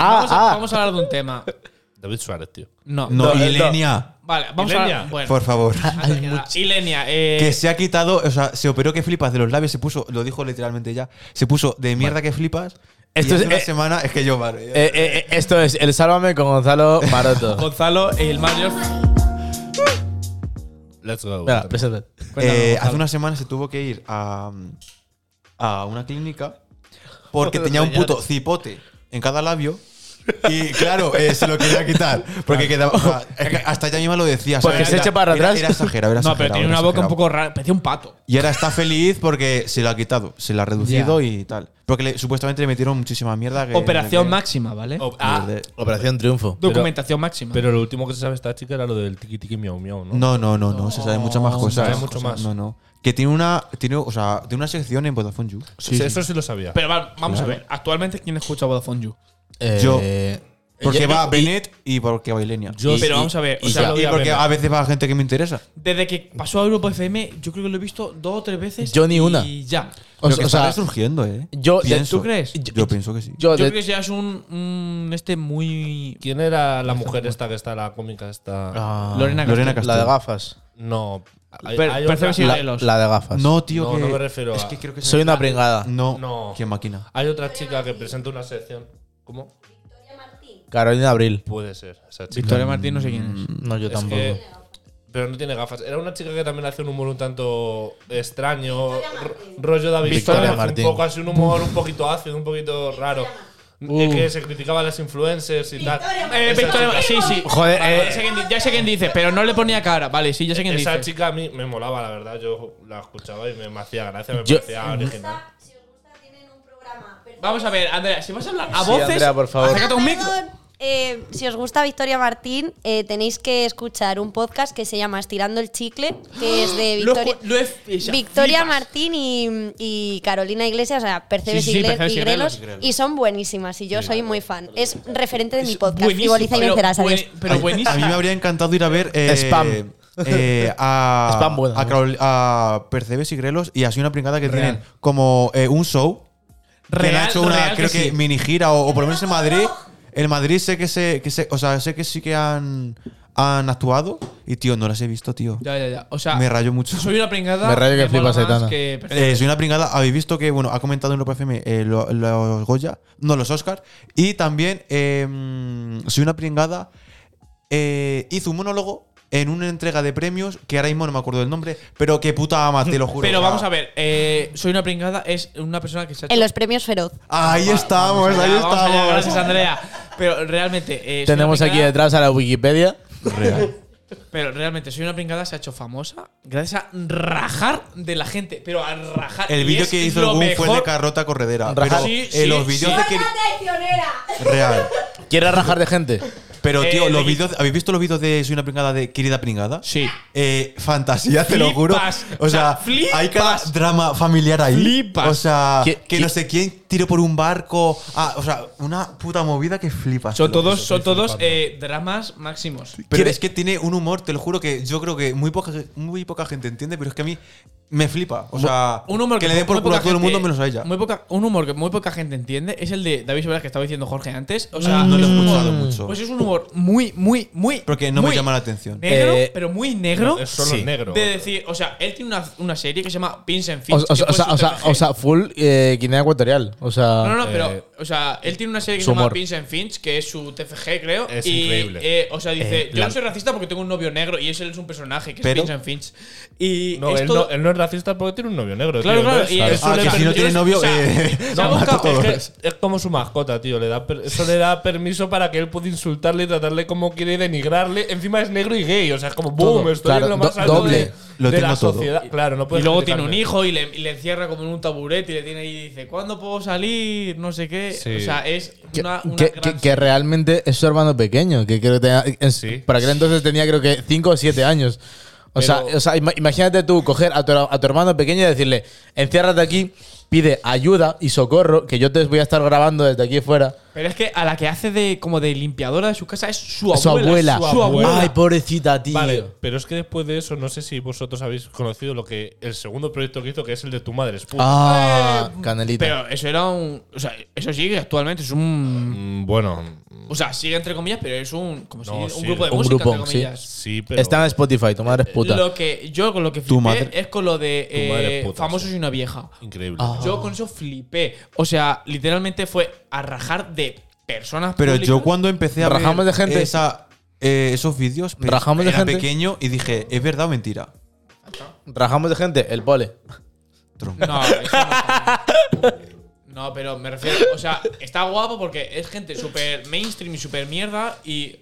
ah,
vamos, a,
ah.
vamos a hablar de un tema.
David Suárez, tío.
No.
No,
No, Ilenia,
Vale, vamos
Ilenia.
a. Bueno,
por favor.
antes que nada, Ilenia, eh,
Que se ha quitado, o sea, se operó que flipas de los labios, se puso, lo dijo literalmente ya, se puso de mierda que flipas.
Esto
Esto
es-
es una
eh,
semana, es que yo, vale.
Eh, eh, eh, esto es el Sálvame con Gonzalo Maroto.
Gonzalo, el mayor. Let's go.
Venga, pues, preséntate.
Eh, hace una semana se tuvo que ir a, a una clínica porque tenía un puto cipote en cada labio. Y claro, eh, se lo quería quitar. Porque quedaba. o sea, es que hasta ella misma lo decía.
Porque
¿sabes?
se
Era-
eche para
era-
atrás.
Era exagerado, era
no, pero
exagerado,
tiene
era
una boca un
exagerado.
poco rara. Parecía un pato.
Y ahora está feliz porque se lo ha quitado, se lo ha reducido y tal. Porque le- supuestamente le metieron muchísima mierda. que-
Operación
que-
máxima, ¿vale?
Oh, ah,
de-
Operación Triunfo.
Documentación máxima.
pero lo último que se sabe esta chica era lo del tiki tiki miau miau, ¿no?
No, no, no, no, se sabe muchas más
No,
cosas.
se sabe mucho más.
No, no. Que tiene una, tiene, o sea, tiene una sección en Vodafone You.
Sí, Eso sí lo sabía.
Pero va- vamos a ver. Actualmente, ¿quién escucha Vodafone You?
Eh,
Yo.
y-
Porque
y-
va Bennett y porque va Ilenia.
Yo-
pero
y-
vamos a ver.
y
o sea,
ya.
lo-
Y
Podía
porque
verla.
a veces va gente que me interesa.
desde que pasó a Europa FM, yo creo que lo he visto dos o tres veces.
Yo ni una.
Y ya.
o,
Lo
sea-
que
o
está
sea,
resurgiendo, ¿eh?
yo-
Pienso.
¿Tú crees?
Yo, pienso que sí.
yo
Yo
de-
creo que ya es un, un este muy.
¿Quién era la mujer esta que está, la cómica esta?
Ah,
Lorena Castillo.
Lorena Castillo.
La de gafas.
No. Hay-
Per-
hay
Percebe
otra-
sin
La,
Morelos.
la de gafas.
no, tío,
No,
que-
no me refiero
Es
a-
que creo que
Soy
es-
una pringada.
Mm.
No,
No.
Qué máquina.
Hay otra chica que presenta una sección. ¿Cómo?
Carolina Abril.
Puede ser esa chica.
Victoria Martín, no sé quién es.
No, yo
Es
tampoco.
que- pero no tiene gafas. Era una chica que también hace un humor un tanto extraño. ro- rollo David
Victoria
Suárez,
Martín.
Un poco así, un humor un poquito ácido, un poquito raro. Y que se criticaba a las influencers y tal.
Eh,
Pues
Esa
Victoria
chica-
Sí, sí.
Joder,
Vale,
eh.
ya, sé quién, di- ya sé quién dice, pero no le ponía cara. Vale, sí, ya sé quién
Esa
dice.
chica a mí me molaba, la verdad. Yo la escuchaba y me, me hacía gracia, me
Yo-
parecía original.
Vamos a ver, Andrea, si vas a hablar a
Sí,
voces.
Andrea, por favor.
acércate a un micro.
Perdón. Eh, si os gusta Victoria Martín, eh, tenéis que escuchar un podcast que se llama Estirando el Chicle, que es de
Lo he
Victoria,
escu- lo he- ella,
Victoria
flipas.
Martín y, y Carolina Iglesias, o sea, Percebes,
Sí, sí, sí,
y, Gre-
Percebes
y
y
Grelos,
Grelos.
y son buenísimas, y yo soy muy fan. Es referente de mi
Es
podcast,
buenísimo,
Frivoliza y
pero
vencerás, adiós.
buen- Pero
Ay,
buenísimo.
A mí me habría encantado ir a ver. eh,
Spam.
eh, a,
Spam bueno.
a, Carol- a Percebes y Grelos y así una pringada que
Real.
tienen como eh, un show que
Real,
han hecho una
real que
creo que,
sí.
mini gira o, o por lo menos en Madrid en Madrid sé que se, que se- o sea sé que sí que han han actuado y tío no las he visto tío
Ya, ya, ya. O sea,
me rayo mucho
soy una pringada.
Me rayo que
mola
flipas,
más
Aitana.
que-
Eh, soy una pringada. Habéis visto que, bueno, ha comentado en Europa FM eh, lo- los Goya, no los Oscars. Y también eh, mm, soy una pringada. eh, hizo un monólogo en una entrega de premios que ahora mismo no me acuerdo del nombre, pero que puta ama, te lo juro.
Pero
o sea.
vamos a ver, eh, soy una pringada, es una persona que se ha hecho.
En los premios Feroz.
Ahí estamos,
Vamos allá,
ahí
vamos allá,
estamos.
gracias, Andrea. Pero realmente. eh, soy
Tenemos
una
aquí
pringada-
detrás a la Wikipedia.
Pero realmente, soy una pringada, se ha hecho famosa gracias a rajar de la gente. Pero a rajar. y
El vídeo
es
que hizo
lo
algún fue de
mejor.
Carrota Corredera. Pero
Sí,
eh,
sí,
los vídeos
sí.
de que. Real.
¿Quieres rajar de gente?
Pero,
Eh,
tío,
de
los
que-
vídeos. ¿Habéis visto los vídeos de Soy una pringada de Querida Pringada?
Sí.
Eh, fantasía, te lo juro.
Flipas.
O sea,
flipas.
hay cada drama familiar ahí.
Flipas.
O sea,
¿Qué-
que
qué-
no sé quién tiró por un barco. Ah, o sea, una puta movida que flipas.
Son
te lo
todos,
juro.
son todos eh, dramas máximos.
Pero es que tiene un humor, te lo juro, que yo creo que muy poca, muy poca gente entiende, pero es que a mí me flipa. O sea,
Un humor
que, le den por
muy
culo a
poca
todo el
gente-
mundo menos a ella.
Muy poca, un humor que muy poca gente entiende es el de David Sobera que estaba diciendo Jorge antes. O sea,
Mm, no lo
es
he
un humor-
escuchado mucho.
Pues es un humor muy, muy, muy.
Porque no me
muy
llama la atención.
Negro,
Eh,
pero muy negro.
Es solo
Sí.
negro.
De decir, o sea, él tiene una, una serie que se llama Pins and
O,
Fins.
o- o-
que
o
fue
sea,
su
o sea,
TFG.
o sea, full eh, Guinea Ecuatorial. O sea,
No, no, no,
eh,
pero, o sea, él tiene una serie que
su
se llama
humor.
Pins and Fins, que es su TFG, creo.
Es
y,
increíble.
eh, o sea, dice,
Eh,
yo
la-
no soy racista porque tengo un novio negro y ese es un personaje, que
Pero-
es Pins and Fins. Y
No,
es
él,
todo-
no, él no es racista porque tiene un novio negro.
Claro,
tío,
claro,
entonces,
y
claro.
eso
Ah,
le
que si no
permite-
tiene
yo-
novio,
o sea,
eh,
se ha
mata a
buscado-
todos.
Es, que es como su mascota, tío. Le da per- eso le da permiso para que él pueda insultarle y tratarle como quiere y denigrarle. Encima es negro y gay. O sea, es como boom,
Todo,
estoy
claro,
en lo más
do-
alto
doble.
de,
Lo
de la
tengo todo.
sociedad. Claro, no puedes
Y luego tiene
criticarle.
un hijo y le, y le encierra como en un taburete y le tiene ahí y dice, ¿cuándo puedo salir? No sé qué.
Sí.
O sea, es
que,
una, una
que-
gran
que- que realmente es su hermano pequeño. Que creo que tenía- en-
Sí.
Para aquel entonces tenía creo que 5 o 7 años. O, sea,
Pero-
o sea, ima- imagínate tú coger a tu, a tu hermano pequeño y decirle, enciérrate aquí, pide ayuda y socorro, que yo te voy a estar grabando desde aquí fuera.
Pero es que a la que hace de como de limpiadora de su casa es su abuela.
Su abuela.
Su abuela.
Ay, pobrecita, tío.
Vale, pero es que después de eso, no sé si vosotros habéis conocido lo que el segundo proyecto que hizo, que es el de tu madre es puta.
Ah,
Eh,
canelita.
Pero eso era un. O sea, eso sigue actualmente. Es un.
Mm, Bueno, mm,
O sea, sigue entre comillas, pero es un, como si-
No,
un
sí,
grupo de
un
música,
grupo,
entre
sí.
comillas.
Sí, pero.
Está en Spotify, tu madre es puta.
Lo que yo con lo que flipé
Tu madre-
es con lo de
Tu madre
eh,
es puta,
famosos
sí. Ah.
y una vieja.
Increíble.
Yo con eso flipé. O sea, literalmente fue a rajar de personas.
Pero yo
públicas.
cuando empecé a
Rajamos
ver
de gente.
esa- eh, esos vídeos, pe-
Rajamos de
era
gente.
pequeño y dije, ¿es verdad o mentira?
Rajamos de gente, el pole.
Tronco.
No, eso no. No, pero me refiero. O sea, está guapo porque es gente súper mainstream y súper mierda. Y.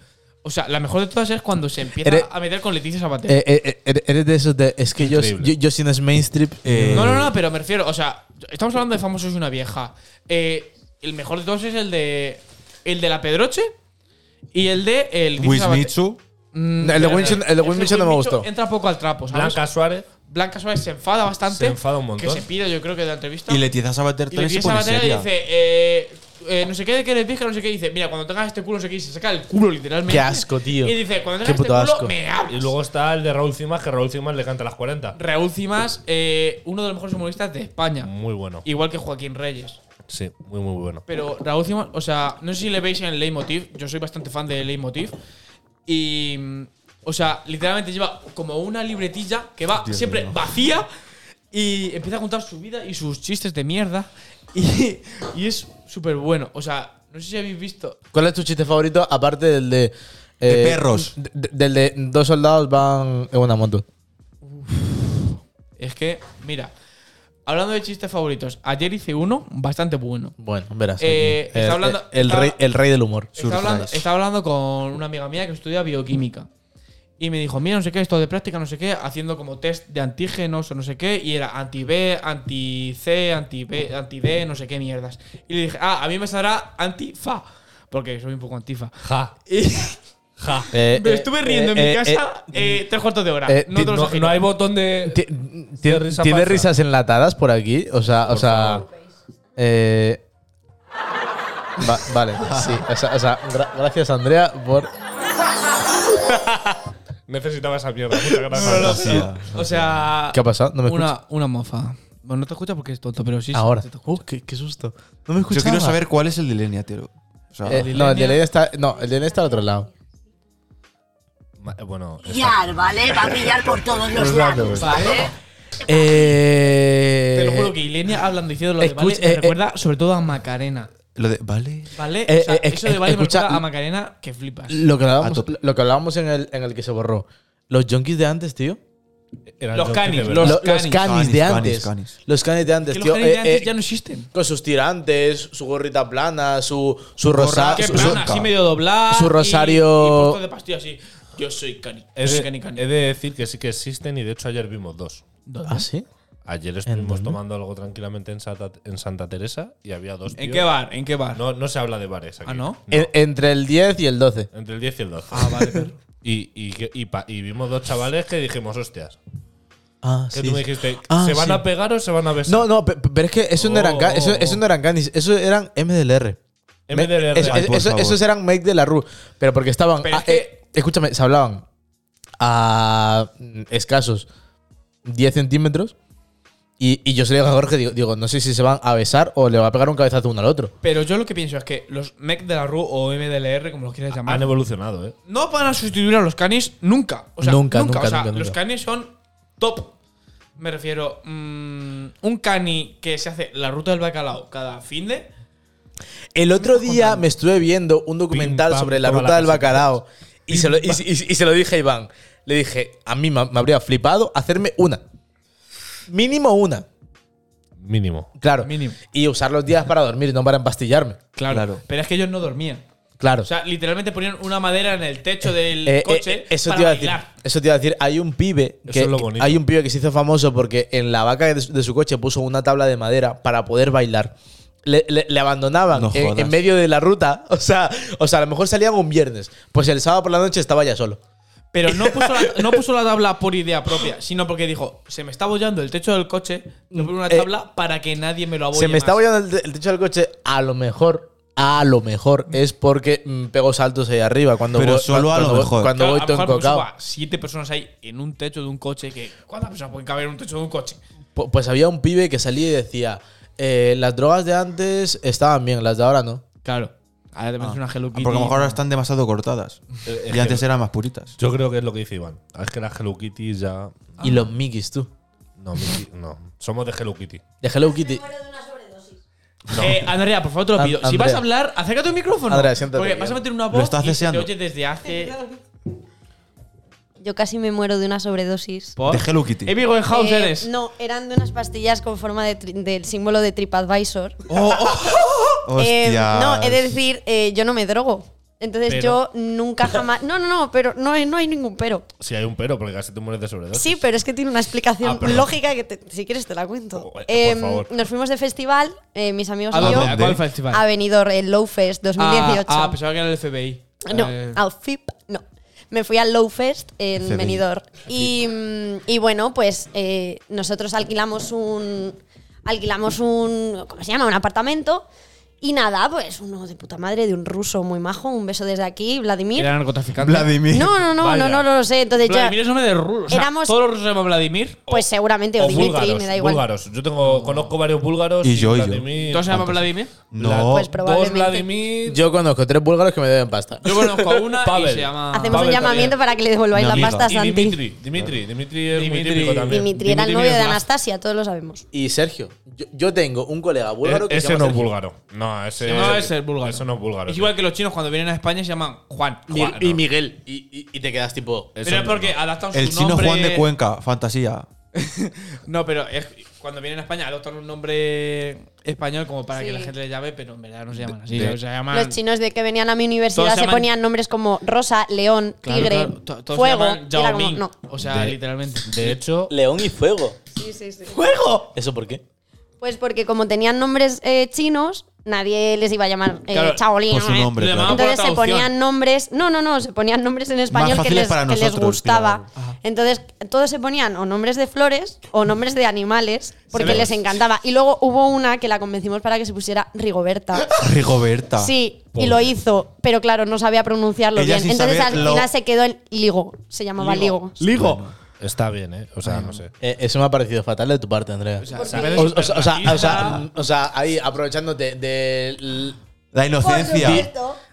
O sea, la mejor de todas es cuando se empieza
Eres-
a meter con Leticia Sabater.
Eh, eh, eh, eres de esos de. Es que yo, yo,
Increíble.
yo sin Smain Strip.
Eh,
No, no, no, pero me refiero, o sea, estamos hablando de famosos y una vieja. Eh, el mejor de todos es el de. El de la Pedroche y el de. El
Wismitsu.
Mm,
El de Winchon- el de Winchon no me gustó.
Entra poco al trapo, ¿sabes?
Blanca Suárez.
Blanca Suárez se enfada bastante.
Se enfada un montón.
Que se pide, yo creo que de la entrevista.
Y Leticia Sabater
Y
también se
empieza
pone
a batería y
seria.
dice, eh, eh, no sé qué, de qué eres vieja, no sé qué. Y dice, mira, cuando tengas este culo, no sé qué. Y se saca el culo, literalmente.
Qué asco, tío.
Y dice, cuando
Qué
tengas este
puto
culo,
asco.
me hablas.
Y luego está el de Raúl Cimas, que Raúl Cimas le canta a las 40.
Raúl Cimas, eh, uno de los mejores humoristas de España.
Muy bueno.
Igual que Joaquín Reyes.
Sí, muy, muy bueno.
Pero Raúl Cimas, o sea, no sé si le veis en Leitmotiv. Yo soy bastante fan de Leitmotiv. Y. mm, O sea, literalmente lleva como una libretilla que va siempre vacía y empieza a contar su vida y sus chistes de mierda. Y, y es súper bueno. O sea, no sé si habéis visto.
¿Cuál es tu chiste favorito? Aparte del de. eh,
De perros.
de- de- del de dos soldados van en una moto.
Es que, mira, hablando de chistes favoritos, ayer hice uno bastante bueno.
Bueno, verás.
Eh,
aquí.
está
el,
hablando-
el- el
está-
rey, el rey del humor.
Estaba hablando,
Surprise.
estaba hablando con una amiga mía que estudia bioquímica. Y me dijo, mira, no sé qué, esto de práctica, no sé qué, haciendo como test de antígenos o no sé qué, y era anti-B, anti-C, anti-B, anti-D, no sé qué mierdas. Y le dije, ah, a mí me saldrá anti-FA, porque soy un poco antifa.
Ja,
Y
ja.
Eh,
me
eh,
estuve riendo en
eh,
mi
eh,
casa eh, tres cuartos de hora.
eh,
no te lo
No,
imagino.
no hay botón de.
Ti-
de
¿Tiene,
risa
tiene
falsa.
risas enlatadas por aquí? O sea, o sea. eh, va- vale, sí. O sea, o sea, gra- gracias, Andrea, por.
Necesitaba esa mierda. Muchas gracias.
No, no, no,
Sí,
pero,
sí.
o sea,
¿Qué ha pasado? No me escuchas.
una, una mofa. Bueno, no te escucha porque es tonto, pero sí. sí,
Ahora.
te escucha.
Uh, qué, qué susto. No me
Yo
escuchas.
quiero saber cuál es el de Lenia, tío. O sea,
Eh,
Eh,
no, el de Elena está. No, el de Elena está al otro lado.
Ma- eh, Bueno, está-
Pillar, ¿vale? Va a pillar por todos los
Los
lados,
lados.
¿vale?
Eh.
Te lo juro que Ilenia hablando diciendo lo de Vale
escucha,
me
eh, eh.
recuerda sobre todo a Macarena.
lo de, ¿vale?
¿Vale?
Eh,
o sea,
eh,
eso de Vale
escucha,
me recuerda a Macarena que flipas.
Lo que
A
hablábamos,
tope.
lo que hablábamos en, el, en el que se borró. Los junkies de antes, tío.
eran
Los
John Kennedy,
canis,
Lo-
¿verdad?
Los,
canis.
canis,
Canis,
de
canis,
antes.
canis.
Los canis de antes,
que los
tío.
canis de
Eh,
antes
eh,
ya no existen.
Con sus tirantes, su gorrita plana, su, su rosa-
Que
su-
plan,
su-
así medio doblado.
su rosario-
Y, y puesto de pastilla así. Yo soy cani. Yo
He
soy
de,
cani cani.
he de decir que sí que existen y de hecho ayer vimos dos.
¿Ah, sí?
Ayer estuvimos
dónde?
tomando algo tranquilamente en Santa, en Santa Teresa y había dos.
¿En
tíos.
qué bar? ¿En qué bar?
No, no se habla de bares aquí.
Ah, ¿no?
En- E, entre el 10 y el 12.
Entre el 10 y el 12.
Ah, vale, perro.
Y, y, que- y pa- y vimos dos chavales que dijimos, hostias.
Ah,
Que tú me dijiste,
Ah,
¿se van
sí.
a pegar o se van a besar?
No, no, pe- pe- pero es que eso no eran
Oh,
ca- eso,
oh, oh.
eso no eran canis, eso eran MDLR.
MDLR.
Eso-
Ay,
eso-
por
eso-
favor.
esos eran Make de la Rue. Pero porque estaban.
Pero
ah,
es que-
eh, escúchame, se hablaban a mm, escasos 10 centímetros. Y, y yo se le digo a Jorge, digo, digo, no sé si se van a besar o le va a pegar un cabezazo uno al otro.
Pero yo lo que pienso es que los mech de la RU o MDLR, como los quieras llamar,
Han evolucionado, ¿eh?
no van a sustituir a los canis nunca. O sea,
Nunca,
nunca,
nunca,
o sea,
nunca, nunca.
Los canis son top. Me refiero, mm, un cani que se hace la ruta del bacalao cada fin de.
El otro día me estuve viendo un documental
pam,
sobre la
toma la
ruta del
caseta.
bacalao y se, lo, y- y- y se lo dije a Iván. Le dije, a mí me me habría flipado hacerme una. Mínimo una,
Mínimo.
claro.
Mínimo.
Y usar los días para dormir, no para empastillarme.
Claro,
Claro.
Pero es que ellos no dormían.
Claro.
O sea, literalmente ponían una madera en el techo del
Eh, eh,
coche
eh, eso
para
te iba a decir.
bailar.
Eso te iba a decir. Hay un pibe
Eso
que
es lo bonito.
hay un pibe que se hizo famoso porque en la vaca de su, de su coche puso una tabla de madera para poder bailar. Le, le- le abandonaban
No
en,
jodas.
en medio de la ruta. O sea, o sea, a lo mejor salían un viernes. Pues el sábado por la noche estaba ya solo.
Pero no puso, la, no puso la tabla por idea propia, sino porque dijo, se me está abollando el techo del coche, voy a poner una
Eh,
tabla para que nadie me lo abolle
Se me está
más".
apoyando el, te- el techo del coche. A lo mejor, a lo mejor es porque mm, pego saltos ahí arriba. Cuando
Pero
voy,
solo
cuando,
a lo
voy-
mejor.
Cuando
Claro,
voy
a lo
todo
mejor porque
encocao.
suba siete personas ahí en un techo de un coche que ¿cuántas personas pueden caber en un techo de un coche?
Pu- Pues había un pibe que salía y decía: eh, Las drogas de antes estaban bien, las de ahora no.
Claro. Ahora te metes una
ah,
Hello Kitty.
Porque a lo mejor ahora están demasiado cortadas.
Eh, es
Y antes
que-
eran más puritas.
Yo creo que es lo que dice Iván. Ah, Es que las Hello Kitty ya.
Y los Mickeys, tú.
No, Mickey, no. Somos de Hello Kitty.
De Hello Kitty.
Eh, Andrea, por favor, te lo
An-
pido. si vas a
Andrea.
hablar, acércate un micrófono.
Andrea, siéntate
Porque
bien.
vas a meter una
Lo
voz
estás
y se te
deseando.
oye desde hace.
Yo casi me muero de una sobredosis.
¿Por?
De Hello Kitty.
Eh, Vigo en House
Eh,
eres.
no, eran de unas pastillas con forma de tri- del símbolo de TripAdvisor. Eh,
Hostias.
no, es decir, eh, yo no me drogo. Entonces
Pero.
yo nunca jamás. No, no, no, pero no, hay- no hay ningún pero.
Si hay un pero, porque casi te mueres de sobredosis.
Sí, pero es que tiene una explicación
Ah, perdón.
lógica que te- si quieres te la cuento.
Oh, por
Em,
favor.
nos fuimos de festival, eh, mis amigos
¿A
y yo,
dónde? ¿A cuál
¿De?
Ah, festival?
ha venido el Lowfest 2018.
Ah, ah, pensaba que era el FBI.
No,
Eh,
al FIP, no. Me fui al Lowfest en
CDI.
Benidorm. Y, mm, y bueno, pues eh, nosotros alquilamos un. Alquilamos un. ¿Cómo se llama? Un apartamento. Y nada, pues uno de puta madre, de un ruso muy majo. Un beso desde aquí, Vladimir.
era narcotraficante.
Vladimir.
No, no, no,
Vaya.
no, no, no lo sé. Entonces ya.
Vladimir es nombre de ruso. O sea,
Éramos-
Todos los rusos se llaman Vladimir.
Pues seguramente, o,
O
Dimitri,
búlgaros,
me da igual.
búlgaros. Yo tengo, conozco varios búlgaros.
Y yo, y yo.
Vladimir-
¿Todos se llaman Vladimir?
No.
Pues
Dos
probablemente.
Vladimir.
Yo conozco tres búlgaros que me deben pasta.
Yo conozco a una y
Pavel.
se llama.
Hacemos un
Pavel
llamamiento
también.
para que le devolváis
Mi
la
amiga.
pasta a
y
Santi. Dimitri,
Dimitri. Dimitri. Dimitri es muy
Dimitri.
típico también.
era el
Dimitri
novio de
Mirzlaf.
Anastasia, todos lo sabemos.
Y Sergio, yo, yo tengo un colega búlgaro
Eh,
que se
ese
llama
no es
Sergio.
búlgaro. No, ese
No, ese es búlgaro.
Ese no es búlgaro.
Es igual que los chinos cuando vienen a España se llaman Juan.
Mi-
Juan,
y
¿no?
Miguel. Y, y- y te quedas tipo.
Eso
Pero es
no.
porque adaptan su
El chino
nombre-
Juan de Cuenca, fantasía.
No, pero es cuando vienen a España adoptan un nombre español como para
Sí.
que la gente le llame, pero en verdad no se llaman así.
de-
se llaman,
Los chinos de que venían a mi
Todos
universidad
se
se,
llaman-
ponían nombres como Rosa, León,
Claro,
Tigre,
claro, to- todos se
Fuego.
llaman
y era
Yao
como,
Ming.
no.
O sea,
De-
literalmente.
De hecho,
León y fuego. ¡Fuego! ¿Eso por qué?
Pues porque como tenían nombres eh, chinos, nadie les iba a llamar eh,
Claro,
Chaolín,
Por su
¿eh?
nombre,
Le
claro.
llamaban-
Entonces
por
se
traducción.
ponían nombres, no, no, no, se ponían nombres en español que
fáciles
les,
para
que les
nosotros,
gustaba.
tío.
Entonces todos se ponían o nombres de flores o nombres de animales porque
ve.
les encantaba. Y luego hubo una que la convencimos para que se pusiera Rigoberta.
Rigoberta.
Sí, y lo hizo, pero claro, no sabía pronunciarlo
Ella
bien.
sin
Entonces al
saber lo-
final se quedó en Ligo, se llamaba Ligo.
Ligo.
está bien, ¿eh? O sea, no sé.
Eh, eso me ha parecido fatal de tu parte, Andrea. O sea,
O sea,
o, o sea, o sea, o sea, mm, o sea, ahí aprovechándote del,
La inocencia.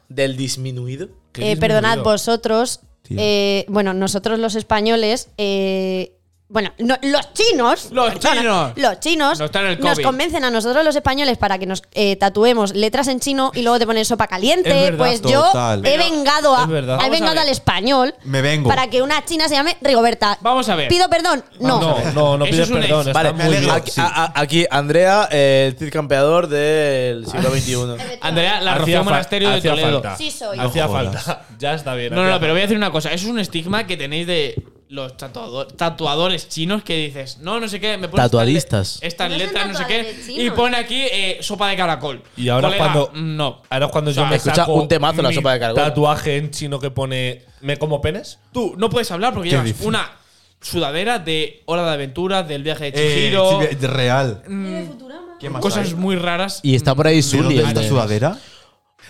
del disminuido.
Eh, perdonad vosotros,
Tío.
eh, bueno, nosotros los españoles, eh, bueno, no, los chinos,
Los chinos.
los chinos
Nos traen el
nos
COVID.
convencen a nosotros los españoles para que nos eh, tatuemos letras en chino y luego te ponen sopa caliente.
Es verdad,
pues
total.
yo he vengado, a-
Es verdad.
he
Vamos a
vengado
ver.
al español
Me vengo.
para que una china se llame Rigoberta.
Vamos a ver.
Pido perdón, no.
No, no, no
Eso
pides
es un ex.
perdón. está
Vale,
muy bien.
aquí, a- a- aquí Andrea, eh, el Cid campeador del siglo XXI.
Andrea, la
Hacía
Rocío
fa-
Monasterio de
hacía
Toledo.
falta.
Sí soy.
Hacía
No jodas.
falta. Ya está bien.
No, no,
hacía
no, pero voy a decir una cosa. Eso es un estigma que tenéis de los tatuado- tatuadores chinos que dices, no, no sé qué, me pones
Tatuadistas.
Estas
No son
letras, no sé qué.
tatuadores
Y
chinos.
pone aquí eh, sopa de caracol.
Y ahora
Colega,
cuando-
No.
Ahora es cuando
O sea,
yo me
escucha
saco
un temazo en la
mi
sopa de caracol.
Tatuaje en chino que pone me como penes.
Tú no puedes hablar porque llevas
dices?
una sudadera de Hora de Aventuras, del viaje de
Eh,
Chihiro. mm,
sí, de- real. ¿Qué más
cosas
hay?
muy raras.
Y está por ahí
¿De
Zully.
dónde
el
esta
de-
sudadera?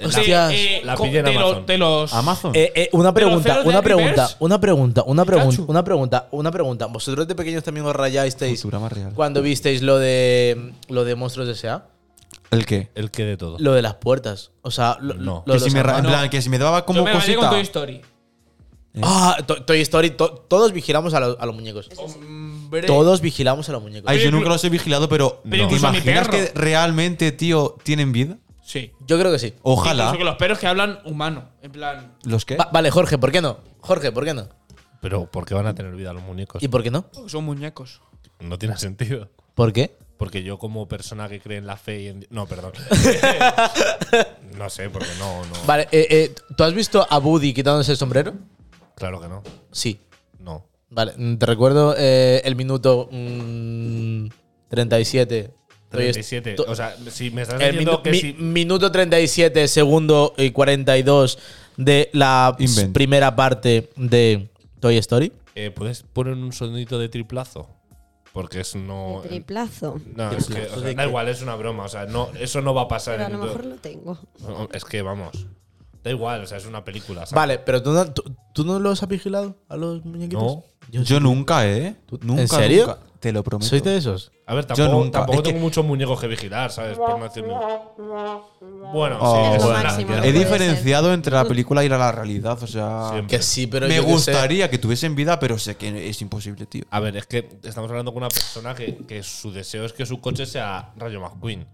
Hostias,
la
eh, co-
pillé en
de, lo-
Amazon.
de los.
Amazon.
Eh, eh, una
Pero
pregunta,
ceros de
una pregunta,
Reverse.
una pregunta, una pregunta,
Pikachu.
una pregunta, una pregunta. ¿Vosotros de pequeños también os rayasteis
Cultura más real.
cuando visteis lo de lo de monstruos de S.A.?
¿El qué?
El que de todo.
Lo de las puertas. O sea, lo,
No.
lo-
que
lo-
si me ra- en
no.
plan, eh. que si me daba
Yo
como
me la lié
cosita.
con Toy Story.
Ah, to- Toy Story, to- todos vigilamos a, lo- a los muñecos.
Hombre.
Todos vigilamos a los muñecos.
Ay,
Pero
yo nunca
inclu-
los he vigilado, pero,
pero
¿te
incluso mi
imaginas
perro.
que realmente, tío, tienen vida?
Sí.
Yo creo que sí.
Ojalá.
Incluso que los perros que hablan humano. En plan.
¿Los qué?
Va- vale, Jorge, ¿por qué no? Jorge, ¿por qué no?
Pero ¿por qué van a tener vida los muñecos?
Pues
¿Y por qué no?
porque Son muñecos.
No tiene sentido.
¿Por qué?
Porque yo como persona que cree en la fe y en... No, perdón. no sé, porque no, no.
Vale, eh, eh, ¿tú has visto a Buddy quitándose el sombrero?
Claro que no.
Sí.
No.
Vale, mm, te recuerdo eh, el minuto mm, 37. Toy Est-
37.
to-
O sea, si me estás
el
diciendo
minu-
que
mi-
si...
Minuto 37, segundo y 42 de la
Invent.
primera parte de Toy Story.
Eh, ¿Puedes poner un sonidito de triplazo? Porque es no... eh,
Triplazo.
No, es que, o sea,
¿De
da
qué?
igual, es una broma. O sea, no, eso no va a pasar.
Pero a lo
en-
mejor lo tengo.
No, Es que vamos. Da igual, o sea, es una película. ¿sabes?
Vale, pero tú no, tú, tú no los has vigilado a los muñequitos.
No.
Yo nunca, ¿eh? Nunca,
¿En serio?
nunca. Te lo prometo.
¿Sois de esos?
A ver, tampoco,
nunca.
tampoco
Es que-
tengo muchos muñecos que vigilar, ¿sabes? Por no decirme. Bueno,
Oh,
sí, es
bueno,
verdad.
máximo.
He
puede
diferenciado entre la película y la, la realidad, o sea.
Siempre.
Que sí, pero
me
yo qué sé.
gustaría que tuviesen vida, pero sé que es imposible, tío.
A ver, es que estamos hablando con una persona que, que su deseo es que su coche sea Rayo McQueen.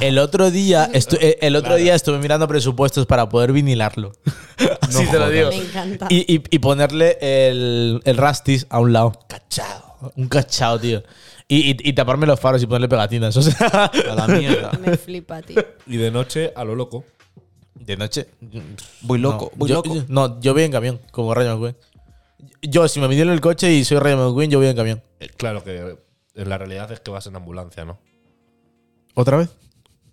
El otro día, estu- eh, el otro
Claro.
día estuve mirando presupuestos para poder vinilarlo. sí, te lo digo.
Me encanta.
Y, y- y ponerle el, el Rastis a un lado. Cachao. Un cachao, tío. Y, y- y taparme los faros y ponerle pegatinas. O sea,
A la mierda.
Me flipa, tío.
Y de noche a lo loco.
de noche.
Voy loco,
no,
voy
yo-
loco.
yo- no, yo voy en camión, como Rayo McQueen. Yo, si me mido en el coche y soy Rayo McQueen, yo voy en camión.
Eh, Claro que en la realidad es que vas en ambulancia, ¿no?
¿Otra vez?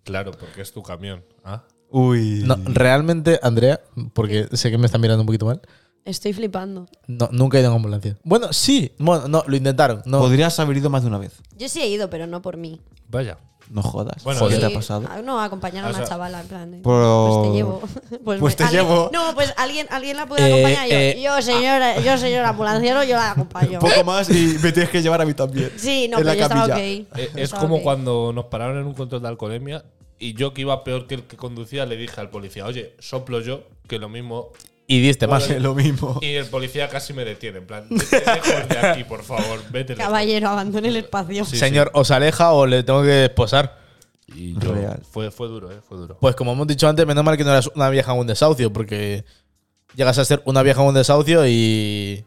Claro, porque es tu camión. Ah.
Uy.
No, realmente, Andrea, porque sé que me están mirando un poquito mal,
Estoy flipando.
no, nunca he ido en ambulancia. Bueno, sí. Bueno, no, lo intentaron. No,
Podrías haber ido más de una vez.
Yo sí he ido, pero no por mí.
Vaya.
No jodas.
Bueno,
¿Qué
sí.
te ha pasado?
Ah, No, acompañar a
O
una
sea,
chavala, en plan. de,
por-
Pues te llevo. Pues,
pues te
alguien-
llevo. ah.
No, pues alguien, alguien la puede
Eh,
acompañar. y yo,
eh,
yo, señora, yo, señor ambulanciero, yo la acompaño.
Poco más y me tienes que llevar a mí también.
Sí, no,
En
pero
la
yo estaba
capilla.
ok.
Eh,
Yo
es
estaba
como
ok.
cuando nos pararon en un control de alcoholemia y yo que iba peor que el que conducía le dije al policía, oye, soplo yo, que lo mismo.
y diste más.
Lo mismo.
Y el policía casi me detiene, en plan, vete lejos de aquí, por favor, vete lejos".
Caballero, abandone el espacio.
Sí,
Señor, ¿os aleja o le tengo que esposar?
Y yo-
Real.
Fue, fue duro, eh, fue duro.
Pues como hemos dicho antes, menos mal que no eras una vieja en un desahucio, porque llegas a ser una vieja en un desahucio y.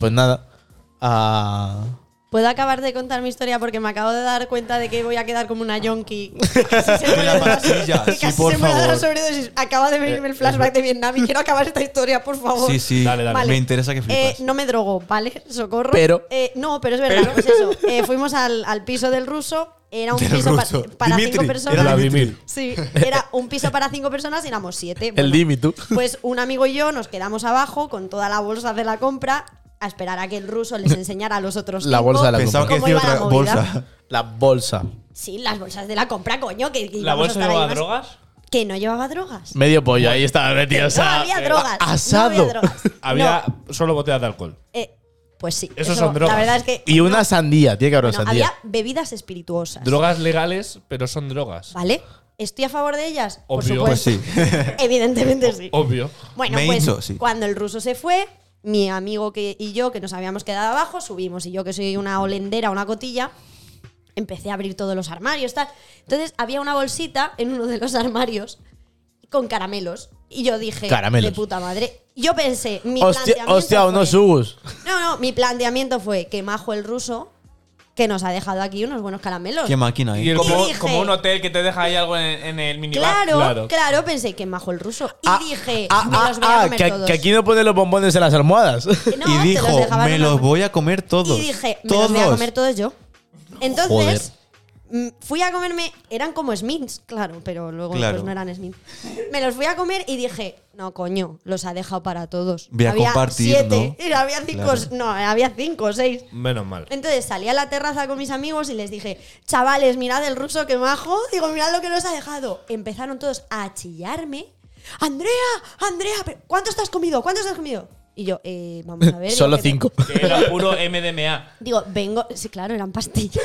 Pues nada. Ah,
¿Puedo acabar de contar mi historia? Porque me acabo de dar cuenta de que voy a quedar como una yonki. Casi se me
la
ha dado-
pastilla,
que
sí,
casi
por
se me ha dado
favor. Eh,
la sobredosis. Acaba de venirme el flashback de Vietnam y quiero acabar esta historia, por favor.
Sí, sí.
Dale, dale.
Vale.
Me interesa que
Eh,
flipas.
no me drogo, ¿vale? Socorro.
Pero-
Eh, no, pero es verdad, pues eso. Eh, fuimos al, al piso del ruso. Era un
Del
piso pa-
ruso.
para
Dimitri,
cinco personas.
era Dimitri.
Sí, era un piso para cinco personas y éramos siete.
el
Bueno,
Dimi, tú.
pues un amigo y yo nos quedamos abajo con toda la bolsa de la compra a esperar a que el ruso les enseñara a los otros
La
cinco
bolsa de la
Pensaba
compra.
que
cómo
decía
iba la
otra
movida.
bolsa.
La bolsa.
Sí, las bolsas de la compra, coño. Que, que
¿La
íbamos
bolsa
a estar ahí
llevaba
más-
drogas?
Que no llevaba drogas.
Medio pollo, ahí estaba metido. o
no
sea,
había drogas.
Asado.
No había drogas.
eh, Había
No,
solo botellas de alcohol.
eh, pues sí.
Eso son drogas.
La verdad es que.
Y una sandía, tiene que haber
Eh, bueno,
una sandía.
había bebidas espirituosas.
Drogas legales, pero son drogas.
¿Vale? ¿Estoy a favor de ellas? Por
Obvio.
Pues
supuesto.
sí.
Evidentemente sí.
Obvio.
Bueno,
Me
pues
hincho, sí.
cuando el ruso se fue, mi amigo que, y yo, que nos habíamos quedado abajo, subimos. Y yo, que soy una olendera, una cotilla, empecé a abrir todos los armarios, tal. Entonces había una bolsita en uno de los armarios con caramelos. Y yo dije,
Caramelos.
de puta madre. Yo pensé, mi
Hostia,
planteamiento
hostia,
fue-
unos subus.
No, no, mi planteamiento fue que Majo el ruso, que nos ha dejado aquí unos buenos caramelos.
Qué máquina,
Y
eh.
el-
¿Qué
como,
dije?
como un hotel que te deja ahí algo en, en el minibar.
Claro,
claro.
claro, pensé que majo el ruso. Y
Ah,
dije,
ah,
me
ah,
los voy a
ah,
comer
que,
todos.
que aquí no ponen los bombones en las almohadas.
No,
y
te los
dijo,
dejaban
me
en la
los
mano".
voy a comer todos.
Y dije, me
todos.
los voy a comer todos yo.
Joder.
Entonces, mm, fui a comerme, eran como smins, claro, pero luego
Claro.
pues, no eran smins. Me los fui a comer y dije, no, coño, los ha dejado para todos.
Voy a
había
compartir,
siete,
¿no?
y había cinco,
Claro.
no, había cinco o seis.
Menos mal.
Entonces salí a la terraza con mis amigos y les dije, chavales, mirad el ruso que majo. Digo, mirad lo que nos ha dejado. Empezaron todos a chillarme. Andrea, Andrea, pero ¿cuántos te has comido? ¿Cuántos te has comido? Y yo, eh, vamos a ver. digo,
Solo
que te-
cinco.
Que era puro MDMA.
Digo, vengo, sí, claro, eran pastillas.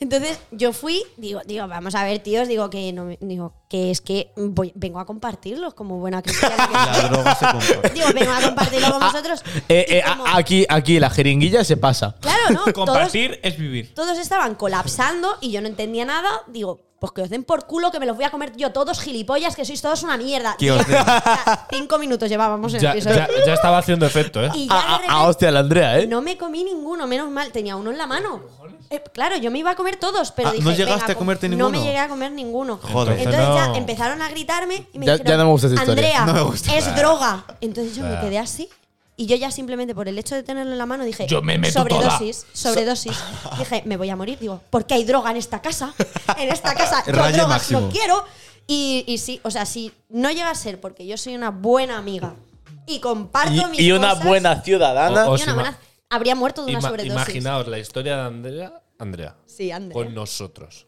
Entonces yo fui, digo, digo, vamos a ver, tíos, digo que no me- digo, que es que voy- vengo a compartirlos como buena cristiana. que
La
soy.
droga se compra.
Digo, vengo a compartirlo con vosotros.
Eh,
Y
eh,
como-
a- aquí, aquí, la jeringuilla se pasa.
claro, ¿no? Todos-
Compartir es vivir.
todos estaban colapsando y yo no entendía nada. Digo, pues que os den por culo que me los voy a comer yo todos, gilipollas, que sois todos una mierda.
Que
Y ya-
os den.
o sea, cinco minutos llevábamos en
Ya,
el piso.
ya- ya estaba haciendo efecto, ¿eh?
Y ya
Ah,
de
ah, ah,
repente
hostia, la Andrea, ¿eh?
no me comí ninguno, menos mal. Tenía uno en la mano. Eh, claro, yo me iba a comer todos, pero
Ah,
dije,
¿no llegaste
"Venga, pues,
a comerte
No
ninguno?
me llegué a comer ninguno.
Joder.
Entonces
No.
ya empezaron a gritarme y me
Ya-
dijeron,
ya no me gusta esa historia.
Andrea,
No me gusta.
es droga. Entonces yo me quedé así. Y yo ya simplemente por el hecho de tenerlo en la mano dije,
Yo me meto
sobredosis, sobredosis. dije, me voy a morir. Digo, porque hay droga en esta casa. En esta casa yo
Rayo
drogas
máximo.
no quiero. Y, y sí, o sea, si no llega a ser porque yo soy una buena amiga y comparto mis
Y, y una
cosas-
buena ciudadana.
O- o-
y
Os
una
ima-
buena- habría muerto de una
Ima-
sobredosis.
imaginaos la historia de Andrea, Andrea
Sí, Andrea.
con nosotros.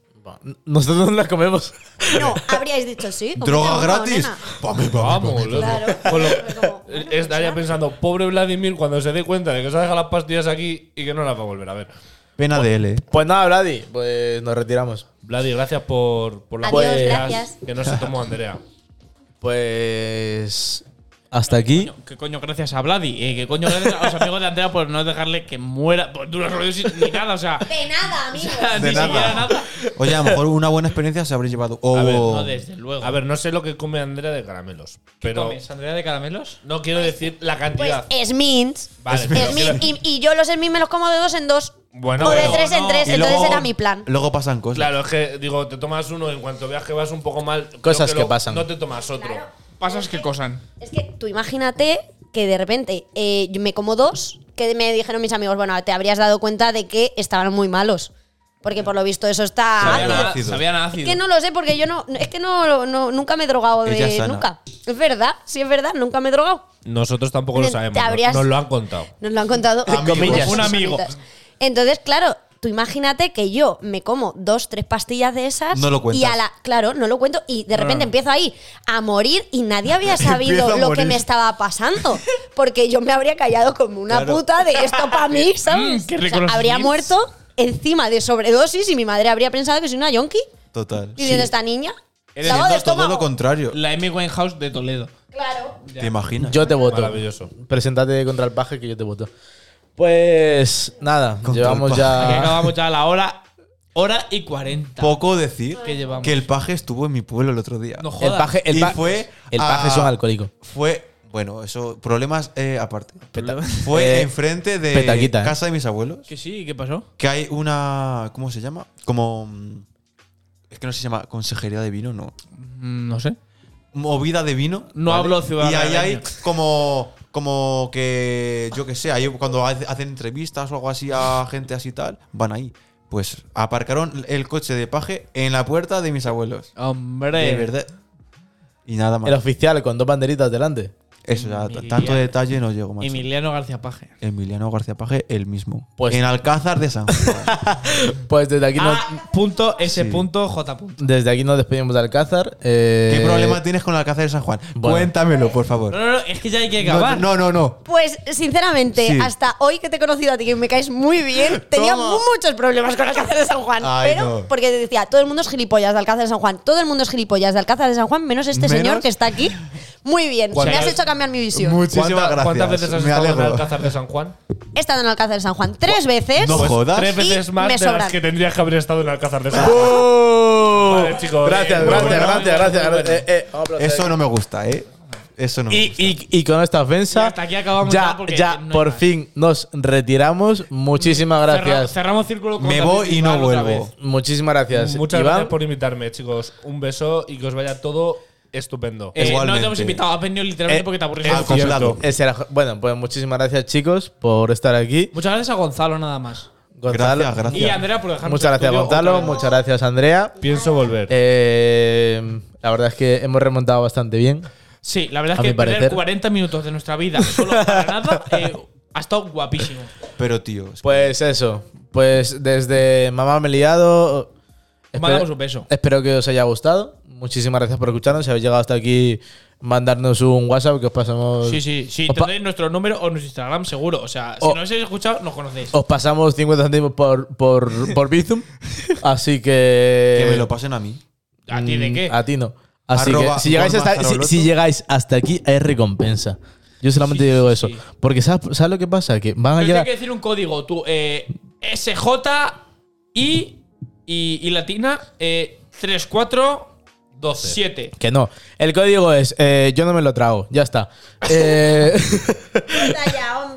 Nosotros no la comemos.
No, habríais dicho sí. cómete
¿Droga
uno,
gratis?
nena.
Pame, pame,
Vamos,
pame.
loco.
Claro.
Con lo-
Fue como,
eh,
bueno,
Estaría
pues,
pensando, pobre Vladimir, cuando se dé cuenta de que se ha dejado las pastillas aquí y que no las va a volver a ver.
Pena de L. ¿eh?
Pues nada, Vladi, pues nos retiramos.
Vladi, gracias por, por las
Adiós,
ideas
gracias.
que no se tomó Andrea.
Pues. Hasta aquí.
Coño, ¿Qué coño gracias a Vladi? Eh, ¿Qué coño gracias a los amigos de Andrea por no dejarle que muera por duras rollos ni nada? O sea,
De nada, amigos.
ni
nada.
siquiera nada.
Oye, a lo mejor una buena experiencia se habría llevado. Oh. O
A ver,
No, desde luego.
A ver, no sé lo que come Andrea de caramelos, pero
¿Comes Andrea de caramelos?
no quiero decir la
Pues
cantidad.
Smins.
Vale, pero
Smins. Y, y yo los Smins me los como de dos en dos.
Bueno,
o de
pero-
tres en
no.
tres.
y
Entonces
luego-
era mi plan.
Luego pasan cosas.
Claro, es que digo, te tomas uno y en cuanto veas que vas un poco mal. creo
Cosas que
lo-
pasan.
No te tomas otro.
Pasas que cosan.
Es que tú imagínate que de repente eh, yo me como dos, que me dijeron mis amigos, bueno, te habrías dado cuenta de que estaban muy malos. Porque por lo visto eso está...
Sabía
Sabían
ácido.
a,
ácido.
sabían a
Es
ácido.
que no lo sé, porque yo no... Es que no, no- nunca me he drogado
Ella es
de...
sana.
Nunca. Es verdad, sí es verdad, nunca me he drogado.
Nosotros tampoco lo
Te
sabemos.
habrías-
Nos lo han contado.
Nos lo han contado
comillas.
Un amigo. pues, Entonces, claro, tú imagínate que yo me como dos, tres pastillas de esas.
No lo cuentas.
Y a la, claro, no lo cuento. Y de repente empiezo ahí a morir y nadie había
Empiezo
sabido
a
lo que
morir.
me estaba pasando. Porque yo me habría callado como una
Claro.
puta de esto para mí, ¿sabes?
Mm, qué rico
O sea,
los
habría
Smiths.
muerto encima de sobredosis y mi madre habría pensado que soy una yonki.
Total.
Y diciendo, esta niña.
Eres
lavado
Siendo
de
todo
estómago".
lo contrario.
La Amy Winehouse de Toledo.
Claro.
¿Te imaginas?
Yo te voto.
Maravilloso.
Preséntate contra el paje que yo te voto. Pues nada,
Contra el
llevamos
paje.
Aquí
ya.
acabamos ya a la hora. Hora y cuarenta.
Poco decir
¿Qué llevamos?
que el paje estuvo en mi pueblo el otro día.
No
El
jodas.
paje, el
Y
pa-
fue
el paje
a-
es un alcohólico.
Fue, bueno, eso, problemas eh, aparte.
Peta-
Fue
Eh,
enfrente de
petaquita, ¿eh?
casa de mis abuelos.
Que sí, ¿qué pasó?
Que hay una. ¿Cómo se llama? Como. mm, Es que no se llama consejería de vino, no.
Mm, No sé.
Movida de vino.
No hablo ciudad
Y ahí
realeña.
hay como. Como que. Yo qué sé, ahí cuando hace- hacen entrevistas o algo así a gente así y tal, van ahí. Pues aparcaron el coche de paje en la puerta de mis abuelos.
Hombre.
De verdad. Y nada más.
El oficial con dos banderitas delante.
Eso, ya, t-
Emiliano.
tanto detalle no llego, macho.
Emiliano García Paje.
Emiliano García Paje, el mismo.
Pues-
en Alcázar de San Juan.
Pues desde aquí,
Ah.
nos,
A Ah, punto S
Sí.
punto J punto.
desde aquí nos despedimos de Alcázar. Eh,
¿Qué problema tienes con Alcázar de San Juan?
Bueno.
Cuéntamelo, por favor.
No, no, no, es que ya hay que
No,
acabar.
no, no, no.
Pues sinceramente,
Sí.
hasta hoy que te he conocido a ti, que me caes muy bien, tenía
Toma.
muchos problemas con Alcázar de San Juan.
Ay,
pero
no.
porque te decía, todo el mundo es gilipollas de Alcázar de San Juan, todo el mundo es gilipollas de Alcázar de San Juan, menos este
Menos-
señor que está aquí. Muy bien, me
¿Cuántas-
has hecho cambiar mi visión.
Muchísimas gracias.
¿Cuántas veces has
Me
estado en
alegro.
Alcázar de San Juan?
He estado en Alcázar de San Juan tres veces.
No jodas.
Pues Tres veces
Y
más
me
de las
sobran.
que tendrías que haber estado en Alcázar de San Juan.
¡Oh!
Vale, chicos.
Uh, Gracias,
Eh,
gracias,
muy bueno,
gracias,
muy
gracias.
bueno.
Eh, eh, un aplauso.
Eso no me gusta, ¿eh? Eso no me
Y,
gusta.
y- y con esta ofensa,
Y hasta aquí acabamos ya,
ya,
porque
ya,
no hay
por
más.
fin nos retiramos. Muchísimas
Cerra-
gracias.
cerramos círculo con
Me
David
voy y no
Bisbal otra
vuelvo.
vez.
Muchísimas gracias.
Muchas
Iván.
gracias por invitarme, chicos. Un beso y que os vaya todo estupendo.
Eh, no te
Igualmente.
hemos invitado, has venido literalmente
Eh,
porque te aburriste.
Ah, acoplado.
Ese era- bueno, pues muchísimas gracias, chicos, por estar aquí.
Muchas gracias a Gonzalo nada más.
Gonzalo-
Gracias, gracias.
Y a Andrea por dejarnos
Muchas
el
gracias,
estudio
Gonzalo.
otra vez.
Muchas gracias, Andrea.
Pienso volver.
Eh, la verdad es que hemos remontado bastante bien.
Sí, la verdad
A
es que
mi parecer.
perder 40 minutos de nuestra vida solo para nada eh, ha estado guapísimo.
Pero, tío. es-
Pues eso. Pues desde Mamá Me he Liado. eh,
Mandamos un beso.
Espero que os haya gustado. Muchísimas gracias por escucharnos. Si habéis llegado hasta aquí, mandarnos un WhatsApp que os pasamos.
Sí, sí, sí.
Os, pa-
Tendréis nuestro número o nuestro Instagram seguro. O sea, si
O-
no os habéis escuchado, nos conocéis.
os pasamos 50 céntimos por, por, por Bizum. Así que. mm,
Que me lo pasen a mí.
¿A ti
Mm,
de qué?
A ti no. Así
Arroba
que si llegáis,
Gorma
hasta, si,
Zaroloto.
si llegáis hasta aquí, hay recompensa. Yo solamente
Sí, sí,
digo
sí,
eso.
sí.
Porque ¿sabes, sabes lo que pasa? Que van a
Pero tienes
llegar.
que decir un código, tú. Eh, SJ y, y, y latina eh, 3427.
Que no. El código es eh, yo no me lo trago. Ya está. Eh,
Anda ya,